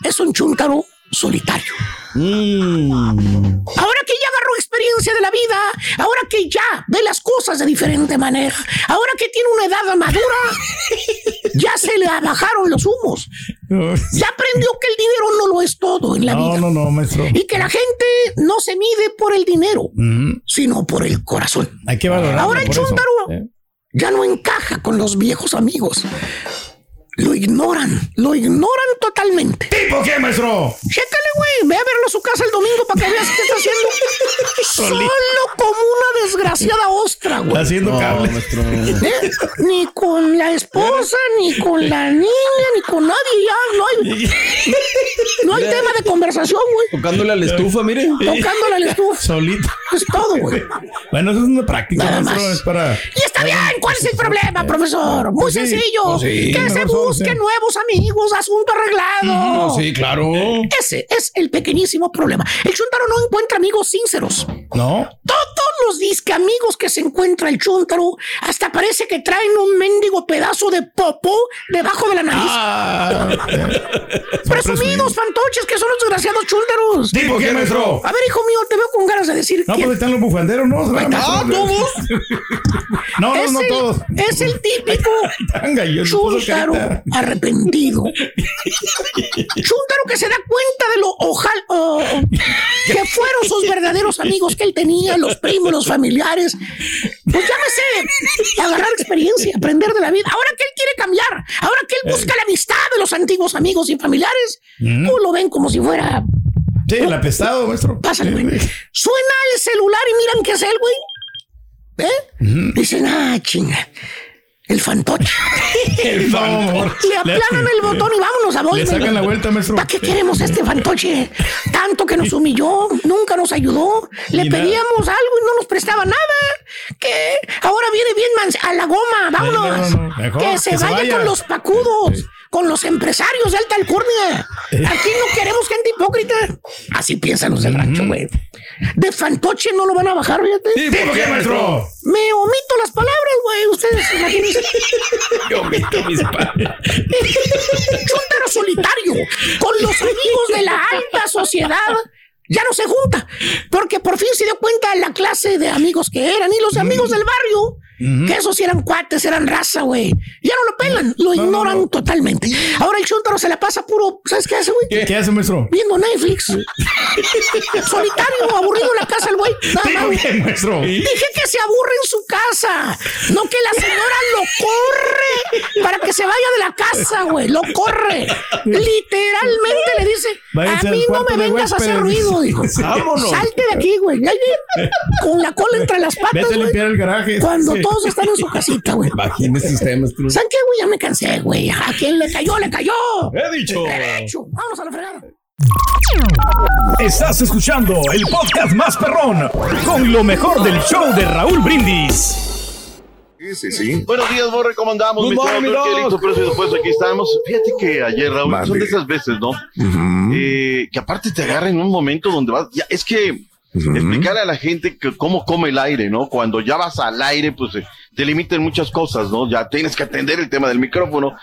Speaker 19: es un chuntaro solitario.
Speaker 3: Mm.
Speaker 19: Ahora que ya agarró experiencia de la vida, ahora que ya ve las cosas de diferente manera, ahora que tiene una edad madura, ya se le bajaron los humos. Ya aprendió que el dinero no lo es todo en la
Speaker 3: No,
Speaker 19: vida.
Speaker 3: no, no, maestro.
Speaker 19: Y que la gente no se mide por el dinero, sino por el corazón.
Speaker 3: Mm. Hay que valorarlo
Speaker 19: Ahora el
Speaker 3: por eso.
Speaker 19: chúntaro ya no encaja con los viejos amigos. Lo ignoran, lo ignoran totalmente.
Speaker 3: ¿Tipo qué, maestro?
Speaker 19: Chécale, güey. Ve a verlo a su casa el domingo para que veas qué está haciendo. Solo como una desgraciada ostra, güey.
Speaker 3: Está haciendo cables.
Speaker 19: ¿Eh? Ni con la esposa, ni con la niña, ni con nadie. Ya no hay, no hay tema de conversación, güey.
Speaker 5: Tocándole a la estufa, mire.
Speaker 19: Tocándole al estufa.
Speaker 3: Solito.
Speaker 19: Es todo, güey.
Speaker 3: Bueno, eso es una práctica,
Speaker 19: Nada
Speaker 3: maestro.
Speaker 19: más.
Speaker 3: Es para.
Speaker 19: Y está bien, ¿cuál es el problema, profesor? Muy
Speaker 3: Pues sí,
Speaker 19: sencillo.
Speaker 3: pues sí,
Speaker 19: que se
Speaker 3: mejor solo,
Speaker 19: busquen
Speaker 3: sí.
Speaker 19: nuevos amigos, asunto arreglado.
Speaker 5: No,
Speaker 3: Eh,
Speaker 5: sí, claro.
Speaker 19: Ese es el pequeñísimo problema. El chuntaro no encuentra amigos sinceros.
Speaker 3: No.
Speaker 19: Todos los disque amigos que se encuentra el chuntaro, hasta parece que traen un mendigo pedazo de popo debajo de la nariz.
Speaker 3: Ah.
Speaker 19: Presumidos, fantoches, que son los desgraciados chuntaros.
Speaker 3: ¿Tipo qué, maestro?
Speaker 19: A ver, hijo mío, te veo con ganas de decir
Speaker 3: No,
Speaker 19: quién-
Speaker 3: pues están los bufanderos, ¿no?
Speaker 19: Ah, todos.
Speaker 3: No, no,
Speaker 19: Es
Speaker 3: no
Speaker 19: el-
Speaker 3: todos.
Speaker 19: Es el típico
Speaker 3: Tanga, yo le puso
Speaker 19: chúntaro
Speaker 3: carita.
Speaker 19: arrepentido. Chúntaro que se da cuenta de lo ojal o- que fueron sus verdaderos amigos que él tenía, los primos, los familiares. Pues llámese agarrar experiencia, aprender de la vida. Ahora que él quiere cambiar, ahora que él busca la amistad de los antiguos amigos y familiares,
Speaker 3: Eh. Mm.
Speaker 19: pues lo ven como si fuera.
Speaker 3: Sí, el apestado, maestro.
Speaker 19: Pásale, güey. Suena el celular y miran que es él, güey. ¿Eh? Dicen, ah, chinga. El fantoche.
Speaker 3: El fantoche.
Speaker 19: Le aplanan el botón y vámonos a
Speaker 3: Le sacan la vuelta, maestro.
Speaker 19: ¿Para qué queremos a este fantoche? Tanto que nos humilló, nunca nos ayudó. Le
Speaker 3: Ni nada.
Speaker 19: pedíamos algo y no nos prestaba nada. ¿Qué? Ahora viene bien mans- a la goma, vámonos.
Speaker 3: no, no, mejor
Speaker 19: que se
Speaker 3: que se
Speaker 19: vaya,
Speaker 3: vaya.
Speaker 19: con los pacudos, con los empresarios de alta alcurnia.
Speaker 3: Eh.
Speaker 19: Aquí no queremos gente hipócrita. Así piensan los del rancho, güey. De fantoche no lo van a bajar, fíjate.
Speaker 3: ¿Tipo qué, maestro?
Speaker 19: Me omito las palabras, güey. Ustedes imagínense.
Speaker 3: Yo omito mis
Speaker 19: Chúntaro solitario, con los amigos de la alta sociedad ya no se junta, porque por fin se dio cuenta la clase de amigos que eran y los
Speaker 3: Mm.
Speaker 19: amigos del barrio.
Speaker 3: Mm-hmm.
Speaker 19: Que esos sí eran cuates, eran raza, güey. Ya no lo
Speaker 3: Mm.
Speaker 19: pelan, lo ignoran totalmente. Ahora el chuntaro se la pasa puro, ¿sabes qué hace, güey?
Speaker 3: ¿Qué, qué hace, maestro?
Speaker 19: Viendo Netflix. Solitario, aburrido en la casa el güey. Nada
Speaker 3: Digo
Speaker 19: más,
Speaker 3: que,
Speaker 19: güey.
Speaker 3: maestro.
Speaker 19: Dije que se aburre en su casa. No que la señora lo corre para que se vaya de la casa, güey. Lo corre. Literalmente le dice,
Speaker 3: Váyanse
Speaker 19: a
Speaker 3: al
Speaker 19: mí no
Speaker 3: cuarto
Speaker 19: me
Speaker 3: de
Speaker 19: vengas a hacer
Speaker 3: huéspedes".
Speaker 19: ruido, dijo.
Speaker 3: Sí. Vámonos.
Speaker 19: Salte de aquí, güey. Ya, ya. Con la cola entre las patas,
Speaker 3: Vete a
Speaker 19: güey.
Speaker 3: limpiar el garaje.
Speaker 19: Cuando
Speaker 3: Sí.
Speaker 19: todos están en su casita, güey.
Speaker 5: Imagínese usted, maestro.
Speaker 19: ¿Saben qué, güey? Ya me cansé, güey. ¿A quién le cayó? ¡Le cayó!
Speaker 8: He dicho.
Speaker 19: Derecho. Vamos a la fregada.
Speaker 8: Estás escuchando el podcast más perrón con lo mejor del show de Raúl Brindis.
Speaker 1: Sí, sí, sí.
Speaker 20: Buenos días, Borre, ¿cómo andamos?
Speaker 1: Good
Speaker 20: mi
Speaker 1: morning,
Speaker 20: señor
Speaker 1: mi
Speaker 20: Turquelito?
Speaker 1: dog.
Speaker 20: Pero sí, después aquí estamos. Fíjate que ayer, Raúl,
Speaker 1: Mande.
Speaker 20: son de esas veces, ¿no? Eh, que aparte te agarra en un momento donde vas. ya, es que explicarle a la gente que cómo come el aire, ¿no? Cuando ya vas al aire, pues eh, te limitan muchas cosas, ¿no? Ya tienes que atender el tema del micrófono.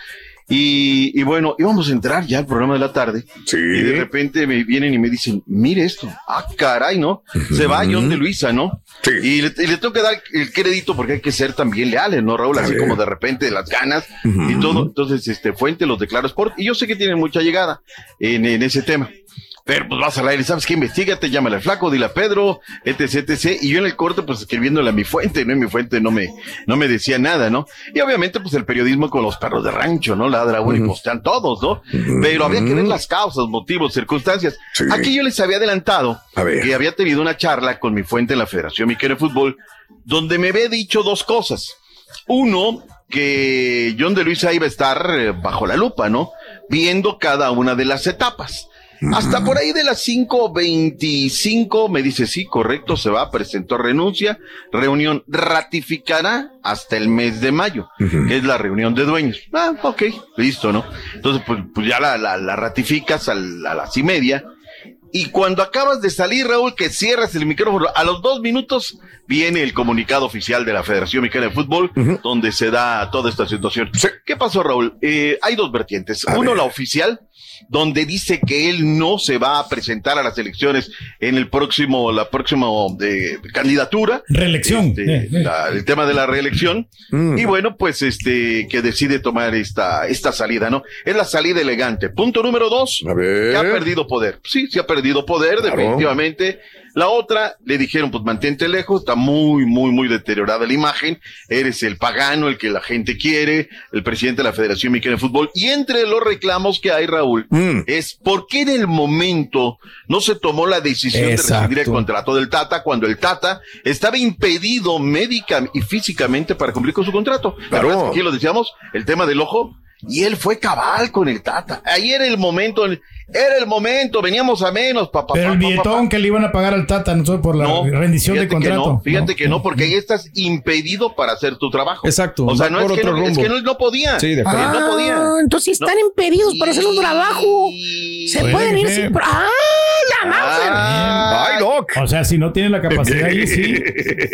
Speaker 20: Y, y bueno, íbamos a entrar ya al programa de la tarde. Y de repente me vienen y me dicen, mire esto. Ah, caray, ¿no? Se va John de Luisa, ¿no? Y, le, y le tengo que dar el crédito porque hay que ser también leales, ¿no, Raúl? Así como de repente las ganas y todo. Entonces, este, Fuente los declaró Sport. Y yo sé que tienen mucha llegada en, en ese tema. Pero pues vas al aire, ¿sabes qué? Investígate, llámale al flaco, dile a Pedro, etc, etc. Y yo en el corte, pues escribiéndole a mi fuente, ¿no? Y mi fuente no me, no me decía nada, ¿no? Y obviamente, pues el periodismo con los perros de rancho, ¿no? Ladra uno y costean todos, ¿no? Pero había que ver las causas, motivos, circunstancias. Aquí yo les había adelantado que había tenido una charla con mi fuente en la Federación Mexicana de Fútbol, donde me había dicho dos cosas. Uno, que John de Luisa iba a estar eh, bajo la lupa, ¿no? Viendo cada una de las etapas. Hasta por ahí de las 5.25 me dice, sí, correcto, se va, presentó renuncia, reunión ratificará hasta el mes de mayo, que es la reunión de dueños. Ah, ok, listo, ¿no? Entonces, pues, pues ya la, la- la ratificas al- a las y media. Y cuando acabas de salir, Raúl, que cierras el micrófono, a los dos minutos viene el comunicado oficial de la Federación Mexicana de Fútbol, donde se da toda esta situación. ¿Qué pasó, Raúl? Eh, hay dos vertientes. Uno, la oficial, donde dice que él no se va a presentar a las elecciones en el próximo, la próxima eh, candidatura. Este,
Speaker 3: Reelección. Eh, Mm. eh.
Speaker 20: la- el tema de la reelección. Y bueno, pues este, que decide tomar esta, esta salida, ¿no? Es la salida elegante. Punto número dos, que ha perdido poder. Pues Sí, sí ha perdido poder, definitivamente. La otra, le dijeron, pues mantente lejos, está muy, muy, muy deteriorada la imagen. Eres el pagano, el que la gente quiere, el presidente de la Federación Mexicana de Fútbol. Y entre los reclamos que hay, Raúl, es por qué en el momento no se tomó la decisión de rescindir el
Speaker 5: Exacto.
Speaker 20: contrato del Tata cuando el Tata estaba impedido médica y físicamente para cumplir con su contrato. Claro. aquí lo decíamos, el tema del ojo. Y él fue cabal con el Tata. Ahí era el momento, era el momento, veníamos a menos, papá.
Speaker 3: Pero el billetón que le iban a pagar al Tata, nosotros por la rendición de
Speaker 20: Fíjate que
Speaker 3: contrato.
Speaker 20: no, fíjate que no, porque ahí estás impedido para hacer tu trabajo.
Speaker 5: Exacto,
Speaker 20: O sea,
Speaker 5: va
Speaker 20: no es,
Speaker 5: por
Speaker 20: que
Speaker 5: otro
Speaker 20: no, es
Speaker 5: rumbo.
Speaker 20: que no, no podía.
Speaker 5: Sí, de acuerdo.
Speaker 20: Él no podía.
Speaker 19: Ah, entonces están impedidos para hacer un trabajo. Se
Speaker 3: Puede
Speaker 19: pueden ir
Speaker 3: ser.
Speaker 19: sin. pro- ¡Ah, la Mauser!
Speaker 3: O sea, si no tiene la capacidad Ah, pues, ahí, sí.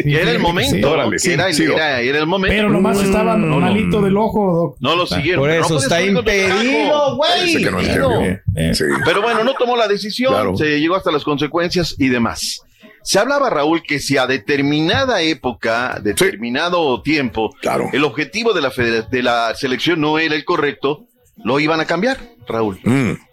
Speaker 20: Y era el momento.
Speaker 3: Sí,
Speaker 20: ¿no?
Speaker 3: órale,
Speaker 20: Que
Speaker 3: sí,
Speaker 20: era, el-
Speaker 3: sí, doc.
Speaker 20: era- era el momento. Mm,
Speaker 3: Pero nomás estaba
Speaker 20: No, no,
Speaker 3: malito del ojo, Doc. Ah.
Speaker 20: No lo siguieron.
Speaker 5: Por
Speaker 20: pero no
Speaker 5: eso
Speaker 20: puedes
Speaker 5: está
Speaker 20: salir con tu
Speaker 5: impedido,
Speaker 20: trabajo.
Speaker 5: güey.
Speaker 20: Parece que no Eh, entendió. Pero bueno, no tomó la decisión, se llegó hasta las consecuencias y demás. Se hablaba, Raúl, que si a determinada época, determinado tiempo, el objetivo de la, federa- de la selección no era el correcto, lo iban a cambiar, Raúl.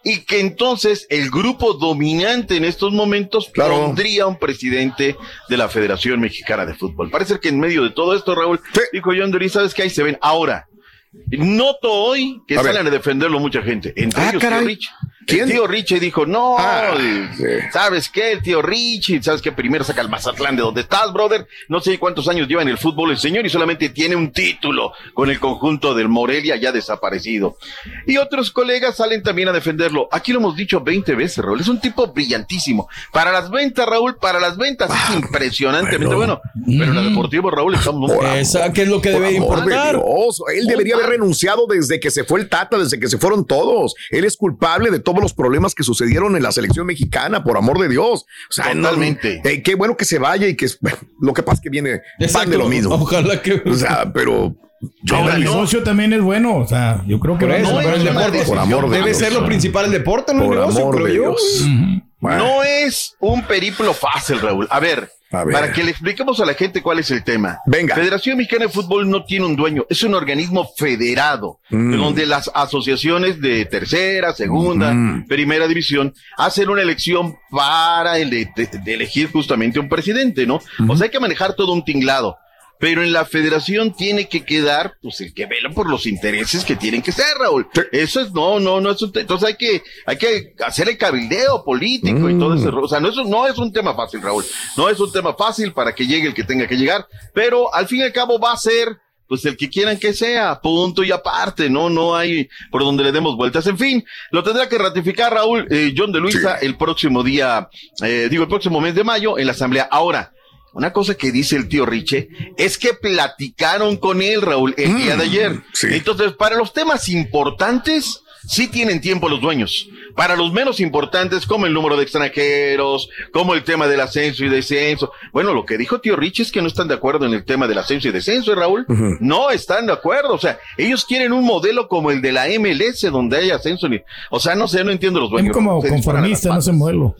Speaker 20: Y que entonces el grupo dominante en estos momentos pondría un presidente de la Federación Mexicana de Fútbol. Parece que en medio de todo esto, Raúl, dijo John Doris, ¿sabes qué? Ahí se ven. Ahora, Noto hoy que
Speaker 1: A ver.
Speaker 20: salen a defenderlo mucha gente. Entre
Speaker 1: Ah,
Speaker 20: ellos,
Speaker 1: caray.
Speaker 20: tío Rich. El tío Richie dijo, no,
Speaker 1: Ah,
Speaker 20: el- ¿sabes qué? El tío Richie, ¿sabes qué? Primero saca el Mazatlán de donde estás, brother. No sé cuántos años lleva en el fútbol el señor y solamente tiene un título con el conjunto del Morelia ya desaparecido. Y otros colegas salen también a defenderlo. Aquí lo hemos dicho 20 veces, Raúl. Es un tipo brillantísimo. Para las ventas, Raúl, para las ventas
Speaker 1: Ah,
Speaker 20: es impresionantemente bueno. Pero en la Deportivo, Raúl, estamos...
Speaker 5: Esa, que es lo que
Speaker 1: Por
Speaker 5: debe
Speaker 1: amor de
Speaker 5: importar.
Speaker 1: Dios, Él debería haber renunciado desde que se fue el Tata, desde que se fueron todos. Él es culpable de todos los problemas que sucedieron en la selección mexicana, por amor de Dios. O sea, no-
Speaker 20: Totalmente.
Speaker 1: eh, qué bueno que se vaya y que es- lo que pasa es que viene pan de lo mismo.
Speaker 5: Ojalá que.
Speaker 1: O sea, pero yo
Speaker 3: Pero Ah, el negocio también es bueno. O sea, yo creo que
Speaker 5: Por eso,
Speaker 3: vamos a-
Speaker 5: pero el deporte.
Speaker 1: Por amor de
Speaker 5: debe
Speaker 1: Dios.
Speaker 5: ser lo principal el deporte, no el
Speaker 1: Por
Speaker 5: negocio,
Speaker 1: amor
Speaker 5: creo
Speaker 1: de
Speaker 5: yo.
Speaker 1: Dios.
Speaker 5: Ujú.
Speaker 20: No es un periplo fácil, Raúl. A ver, para que le expliquemos a la gente cuál es el tema.
Speaker 1: Venga.
Speaker 20: Federación Mexicana de Fútbol no tiene un dueño, es un organismo federado,
Speaker 1: Mm.
Speaker 20: donde las asociaciones de tercera, segunda, primera división hacen una elección para ele- de- de elegir justamente un presidente, ¿no? O sea, hay que manejar todo un tinglado. Pero en la federación tiene que quedar, pues, el que vela por los intereses que tienen que ser, Raúl. Eso es, no, no, no es un te- Entonces hay que, hay que hacer el cabildeo político y todo ese rollo. O sea, no es, un- no es un tema fácil, Raúl. No es un tema fácil para que llegue el que tenga que llegar. Pero al fin y al cabo va a ser, pues, el que quieran que sea. Punto y aparte. No, no hay por donde le demos vueltas. En fin, lo tendrá que ratificar Raúl eh, John de Luisa el próximo día, eh, digo, el próximo mes de mayo en la asamblea. Ahora, una cosa que dice el tío Riche es que platicaron con él, Raúl, el día de ayer. Entonces, para los temas importantes, sí tienen tiempo los dueños. Para los menos importantes, como el número de extranjeros, como el tema del ascenso y descenso. Bueno, lo que dijo tío Rich es que no están de acuerdo en el tema del ascenso y descenso, ¿eh, Raúl. No están de acuerdo. O sea, ellos quieren un modelo como el de la MLS, donde hay ascenso. y- O sea, no sé, no entiendo los dueños.
Speaker 3: como
Speaker 20: Se disparan a las
Speaker 3: conformista, no se modelo.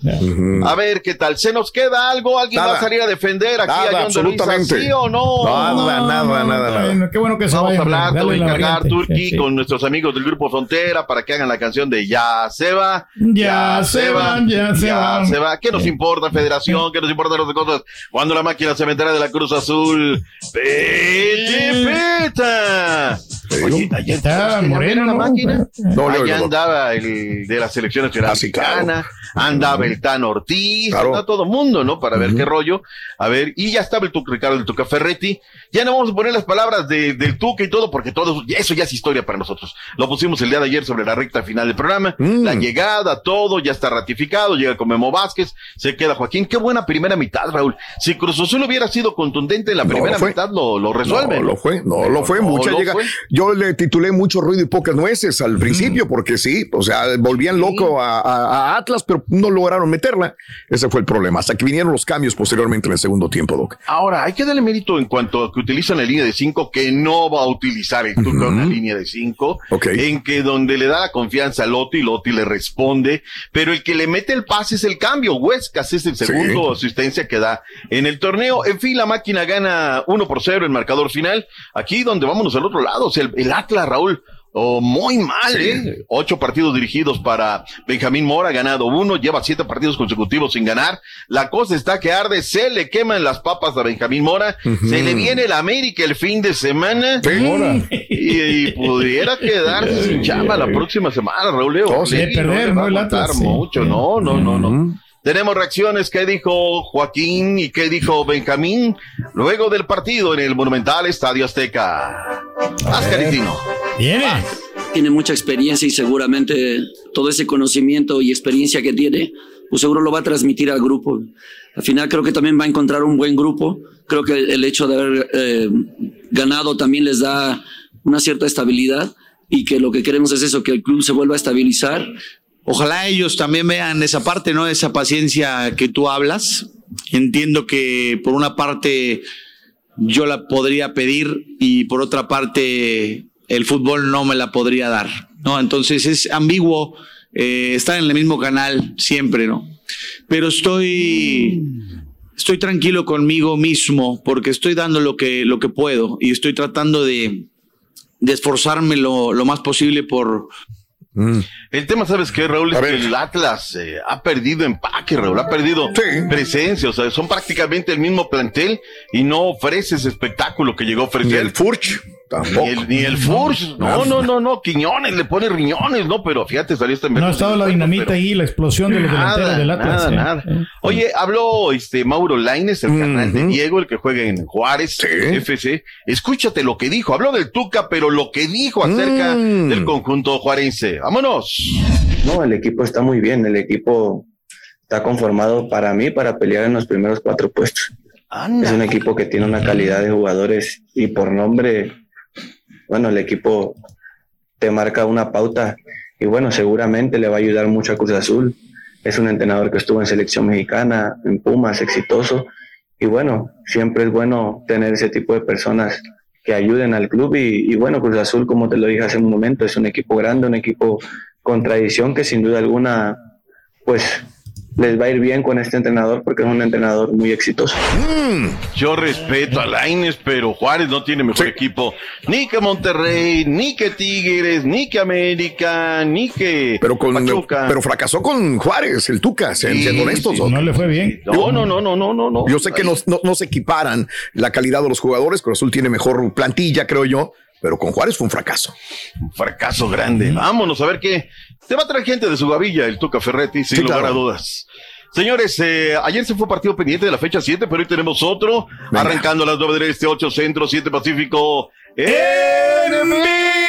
Speaker 20: a ver, ¿qué tal? ¿Se nos queda algo? ¿Alguien
Speaker 3: Nada.
Speaker 20: va a salir a defender aquí
Speaker 3: Nada,
Speaker 20: a John de Luisa,
Speaker 3: absolutamente.
Speaker 20: ¿Sí o no?
Speaker 3: Nada, nada, nada, nada. Bueno, qué bueno que se
Speaker 20: Vamos
Speaker 3: vayan,
Speaker 20: a hablar,
Speaker 3: dale
Speaker 20: te voy a
Speaker 3: la
Speaker 20: encargar,
Speaker 3: variante.
Speaker 20: Turki,
Speaker 3: Sí.
Speaker 20: con nuestros amigos del Grupo Frontera para que hagan la canción de Ya se va.
Speaker 3: Ya se van, ya se van.
Speaker 20: se va. ¿Qué nos importa, Federación? ¿Qué nos importa las cosas? Cuando la máquina se meterá de la Cruz Azul. ¡Pitipita! Oye, allá
Speaker 3: Está
Speaker 20: ¿ustedes
Speaker 3: moreno,
Speaker 20: vieron la
Speaker 3: ¿no?
Speaker 20: máquina?
Speaker 1: No, yo,
Speaker 20: Allá
Speaker 1: yo, yo.
Speaker 20: andaba el de la selección nacional mexicana, andaba el Tan Ortiz,
Speaker 1: Claro.
Speaker 20: andaba todo mundo, ¿no? Para ver qué rollo. A ver, y ya estaba el Tuca Ricardo, el Tuca Ferretti. Ya no vamos a poner las palabras de- del Tuca y todo, porque todo eso- eso ya es historia para nosotros. Lo pusimos el día de ayer sobre la recta final del programa.
Speaker 1: Mm.
Speaker 20: La llegada, todo, ya está ratificado. Llega con Memo Vázquez, se queda Joaquín. Qué buena primera mitad, Raúl. Si Cruz Azul hubiera sido contundente en la primera
Speaker 1: fue.
Speaker 20: mitad, lo, lo resuelve.
Speaker 1: No lo fue, no lo fue. Mucha
Speaker 20: lo
Speaker 1: llega.
Speaker 20: fue. Mm.
Speaker 1: Yo le titulé mucho ruido y pocas nueces al principio, porque sí, o sea, volvían loco a, a- a Atlas, pero no lograron meterla. Ese fue el problema. Hasta que vinieron los cambios posteriormente en el segundo tiempo, Doc.
Speaker 20: Ahora, hay que darle mérito en cuanto a que utilizan la línea de 5, que no va a utilizar el Tuca una línea de 5, en que donde le da la confianza a Lotti, Lotti le responde, pero el que le mete el pase es el cambio, Huescas es el segundo asistencia que da en el torneo. En fin, la máquina gana 1 por 0 el marcador final. Aquí donde vámonos al otro lado, o sea, el, el Atlas, Raúl. Oh, muy mal, ¿eh? Ocho partidos dirigidos para Benjamín Mora, ganado uno, lleva siete partidos consecutivos sin ganar. La cosa está que arde, se le queman las papas a Benjamín Mora, se le viene el América el fin de semana
Speaker 3: Mora.
Speaker 20: Y, y pudiera quedarse sin chamba la próxima semana, Raúl Leo.
Speaker 3: Oh, sí, de perder,
Speaker 20: le va
Speaker 3: ¿no?
Speaker 20: a
Speaker 3: El
Speaker 20: gustar
Speaker 3: Atlas, sí.
Speaker 20: mucho, no, no, no, no. Tenemos reacciones que dijo Joaquín y que dijo Benjamín luego del partido en el Monumental Estadio Azteca. Ah, Ascaritino.
Speaker 3: Viene.
Speaker 9: Tiene mucha experiencia y seguramente todo ese conocimiento y experiencia que tiene, pues seguro lo va a transmitir al grupo. Al final creo que también va a encontrar un buen grupo. Creo que el hecho de haber eh, ganado también les da una cierta estabilidad y que lo que queremos es eso, que el club se vuelva a estabilizar.
Speaker 21: Ojalá ellos también vean esa parte, ¿no? Esa paciencia que tú hablas. Entiendo que por una parte yo la podría pedir y por otra parte el fútbol no me la podría dar, ¿no? Entonces es ambiguo eh, estar en el mismo canal siempre, ¿no? Pero estoy, estoy tranquilo conmigo mismo porque estoy dando lo que, lo que puedo y estoy tratando de, de esforzarme lo, lo más posible por,
Speaker 20: El tema, ¿sabes qué, Raúl? Es que el Atlas eh, ha perdido empaque, Raúl, ha perdido presencia, o sea, son prácticamente el mismo plantel y no ofrece ese espectáculo que llegó a ofrecer. Ni el
Speaker 1: Furch, tampoco.
Speaker 20: Ni el, Furch, no, no, no, no, Quiñones, le pone riñones, no, pero fíjate, salió este
Speaker 3: No ha estado la dinamita ahí, la explosión de los delanteros
Speaker 20: Nada,
Speaker 3: del
Speaker 20: nada,
Speaker 3: Atlas. eh.
Speaker 20: nada. Oye, habló este Mauro Laines, el canal de Diego, el que juega en Juárez, FC. Escúchate lo que dijo. Habló del Tuca, pero lo que dijo acerca
Speaker 5: Mm.
Speaker 20: del conjunto juarense. Vámonos.
Speaker 22: No, el equipo está muy bien. El equipo está conformado para mí para pelear en los primeros cuatro puestos. Es un equipo que tiene una calidad de jugadores y por nombre, bueno, el equipo te marca una pauta y bueno, seguramente le va a ayudar mucho a Cruz Azul. Es un entrenador que estuvo en selección mexicana, en Pumas, exitoso. Y bueno, siempre es bueno tener ese tipo de personas que ayuden al club. Y, y bueno, Cruz Azul, como te lo dije hace un momento, es un equipo grande, un equipo con tradición que sin duda alguna, pues les va a ir bien con este entrenador porque es un entrenador muy exitoso.
Speaker 23: Mm.
Speaker 20: Yo respeto a Laines, pero Juárez no tiene mejor equipo. Ni que Monterrey, ni que Tigres, ni que América, ni que
Speaker 23: Pero con
Speaker 20: Pachuca.
Speaker 23: pero fracasó con Juárez, el Tuca, sean
Speaker 20: Sí,
Speaker 23: siendo honestos.
Speaker 20: sí,
Speaker 23: ¿o?
Speaker 20: no le fue
Speaker 3: bien.
Speaker 20: No, no, no, no, no, no, no.
Speaker 23: Yo sé que no, no- no se equiparan la calidad de los jugadores, Cruz Azul tiene mejor plantilla, creo yo, pero con Juárez fue un fracaso.
Speaker 20: Un fracaso grande. Vámonos a ver qué. Te va a traer gente de su gavilla, el Tuca Ferretti, sin
Speaker 23: Sí,
Speaker 20: lugar
Speaker 23: claro.
Speaker 20: a dudas. Señores, eh, ayer se fue partido pendiente de la fecha 7, pero hoy tenemos otro. Arrancando a las 9 del Este, 8 Centro, 7 Pacífico. ¡En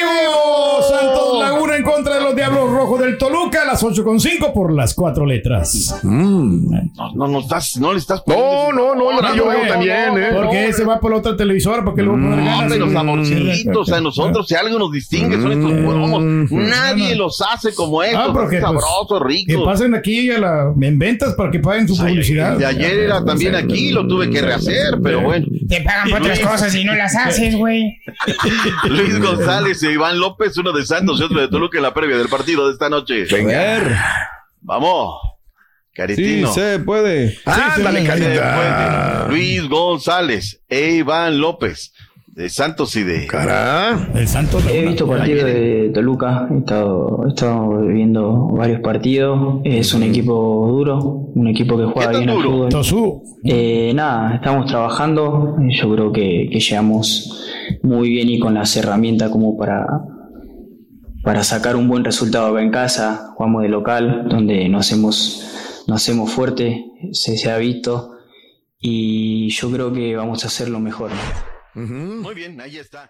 Speaker 20: vivo!
Speaker 3: Santos
Speaker 23: ¡Oh!
Speaker 3: Laguna en contra de los Diablos Rojos del Toluca a las 8.5 por las cuatro letras.
Speaker 20: No, no, no, estás, no le estás Ah,
Speaker 23: No, Mm. no, no, la yo veo
Speaker 3: eh,
Speaker 23: también, ¿eh?
Speaker 3: Porque ese va por la otra televisora, porque luego poner
Speaker 20: No,
Speaker 3: ganas.
Speaker 20: hombre, los
Speaker 3: Mm.
Speaker 20: amorcitos, a nosotros, si algo nos distingue, son estos bromos. Nadie los hace como estos,
Speaker 3: Ah, porque,
Speaker 20: son
Speaker 3: pues,
Speaker 20: sabrosos,
Speaker 3: Que
Speaker 20: ricos.
Speaker 3: pasen aquí a la, en ventas para que paguen su publicidad.
Speaker 20: De ayer era también aquí, lo tuve que rehacer, pero bueno.
Speaker 17: Te pagan por otras cosas y no las haces, güey.
Speaker 20: Luis González e Iván López, uno de Santos y otro de Toluca en la previa del partido de esta noche.
Speaker 5: Venga.
Speaker 20: Vamos.
Speaker 5: Sí,
Speaker 20: Caritino.
Speaker 5: se puede.
Speaker 20: Ándale, Carita. Luis González e Iván López, de Santos y de.
Speaker 3: El Santos
Speaker 13: He visto partidos de Toluca, he estado, he estado viendo varios partidos. Es un equipo duro, un equipo que juega bien al fútbol. Eh, nada, estamos trabajando. Yo creo que, que llegamos muy bien y con las herramientas como para, para sacar un buen resultado acá en casa. Jugamos de local, donde nos hemos, nos hemos fuerte, se, se ha visto. Y yo creo que vamos a hacerlo mejor.
Speaker 20: Muy bien, ahí está.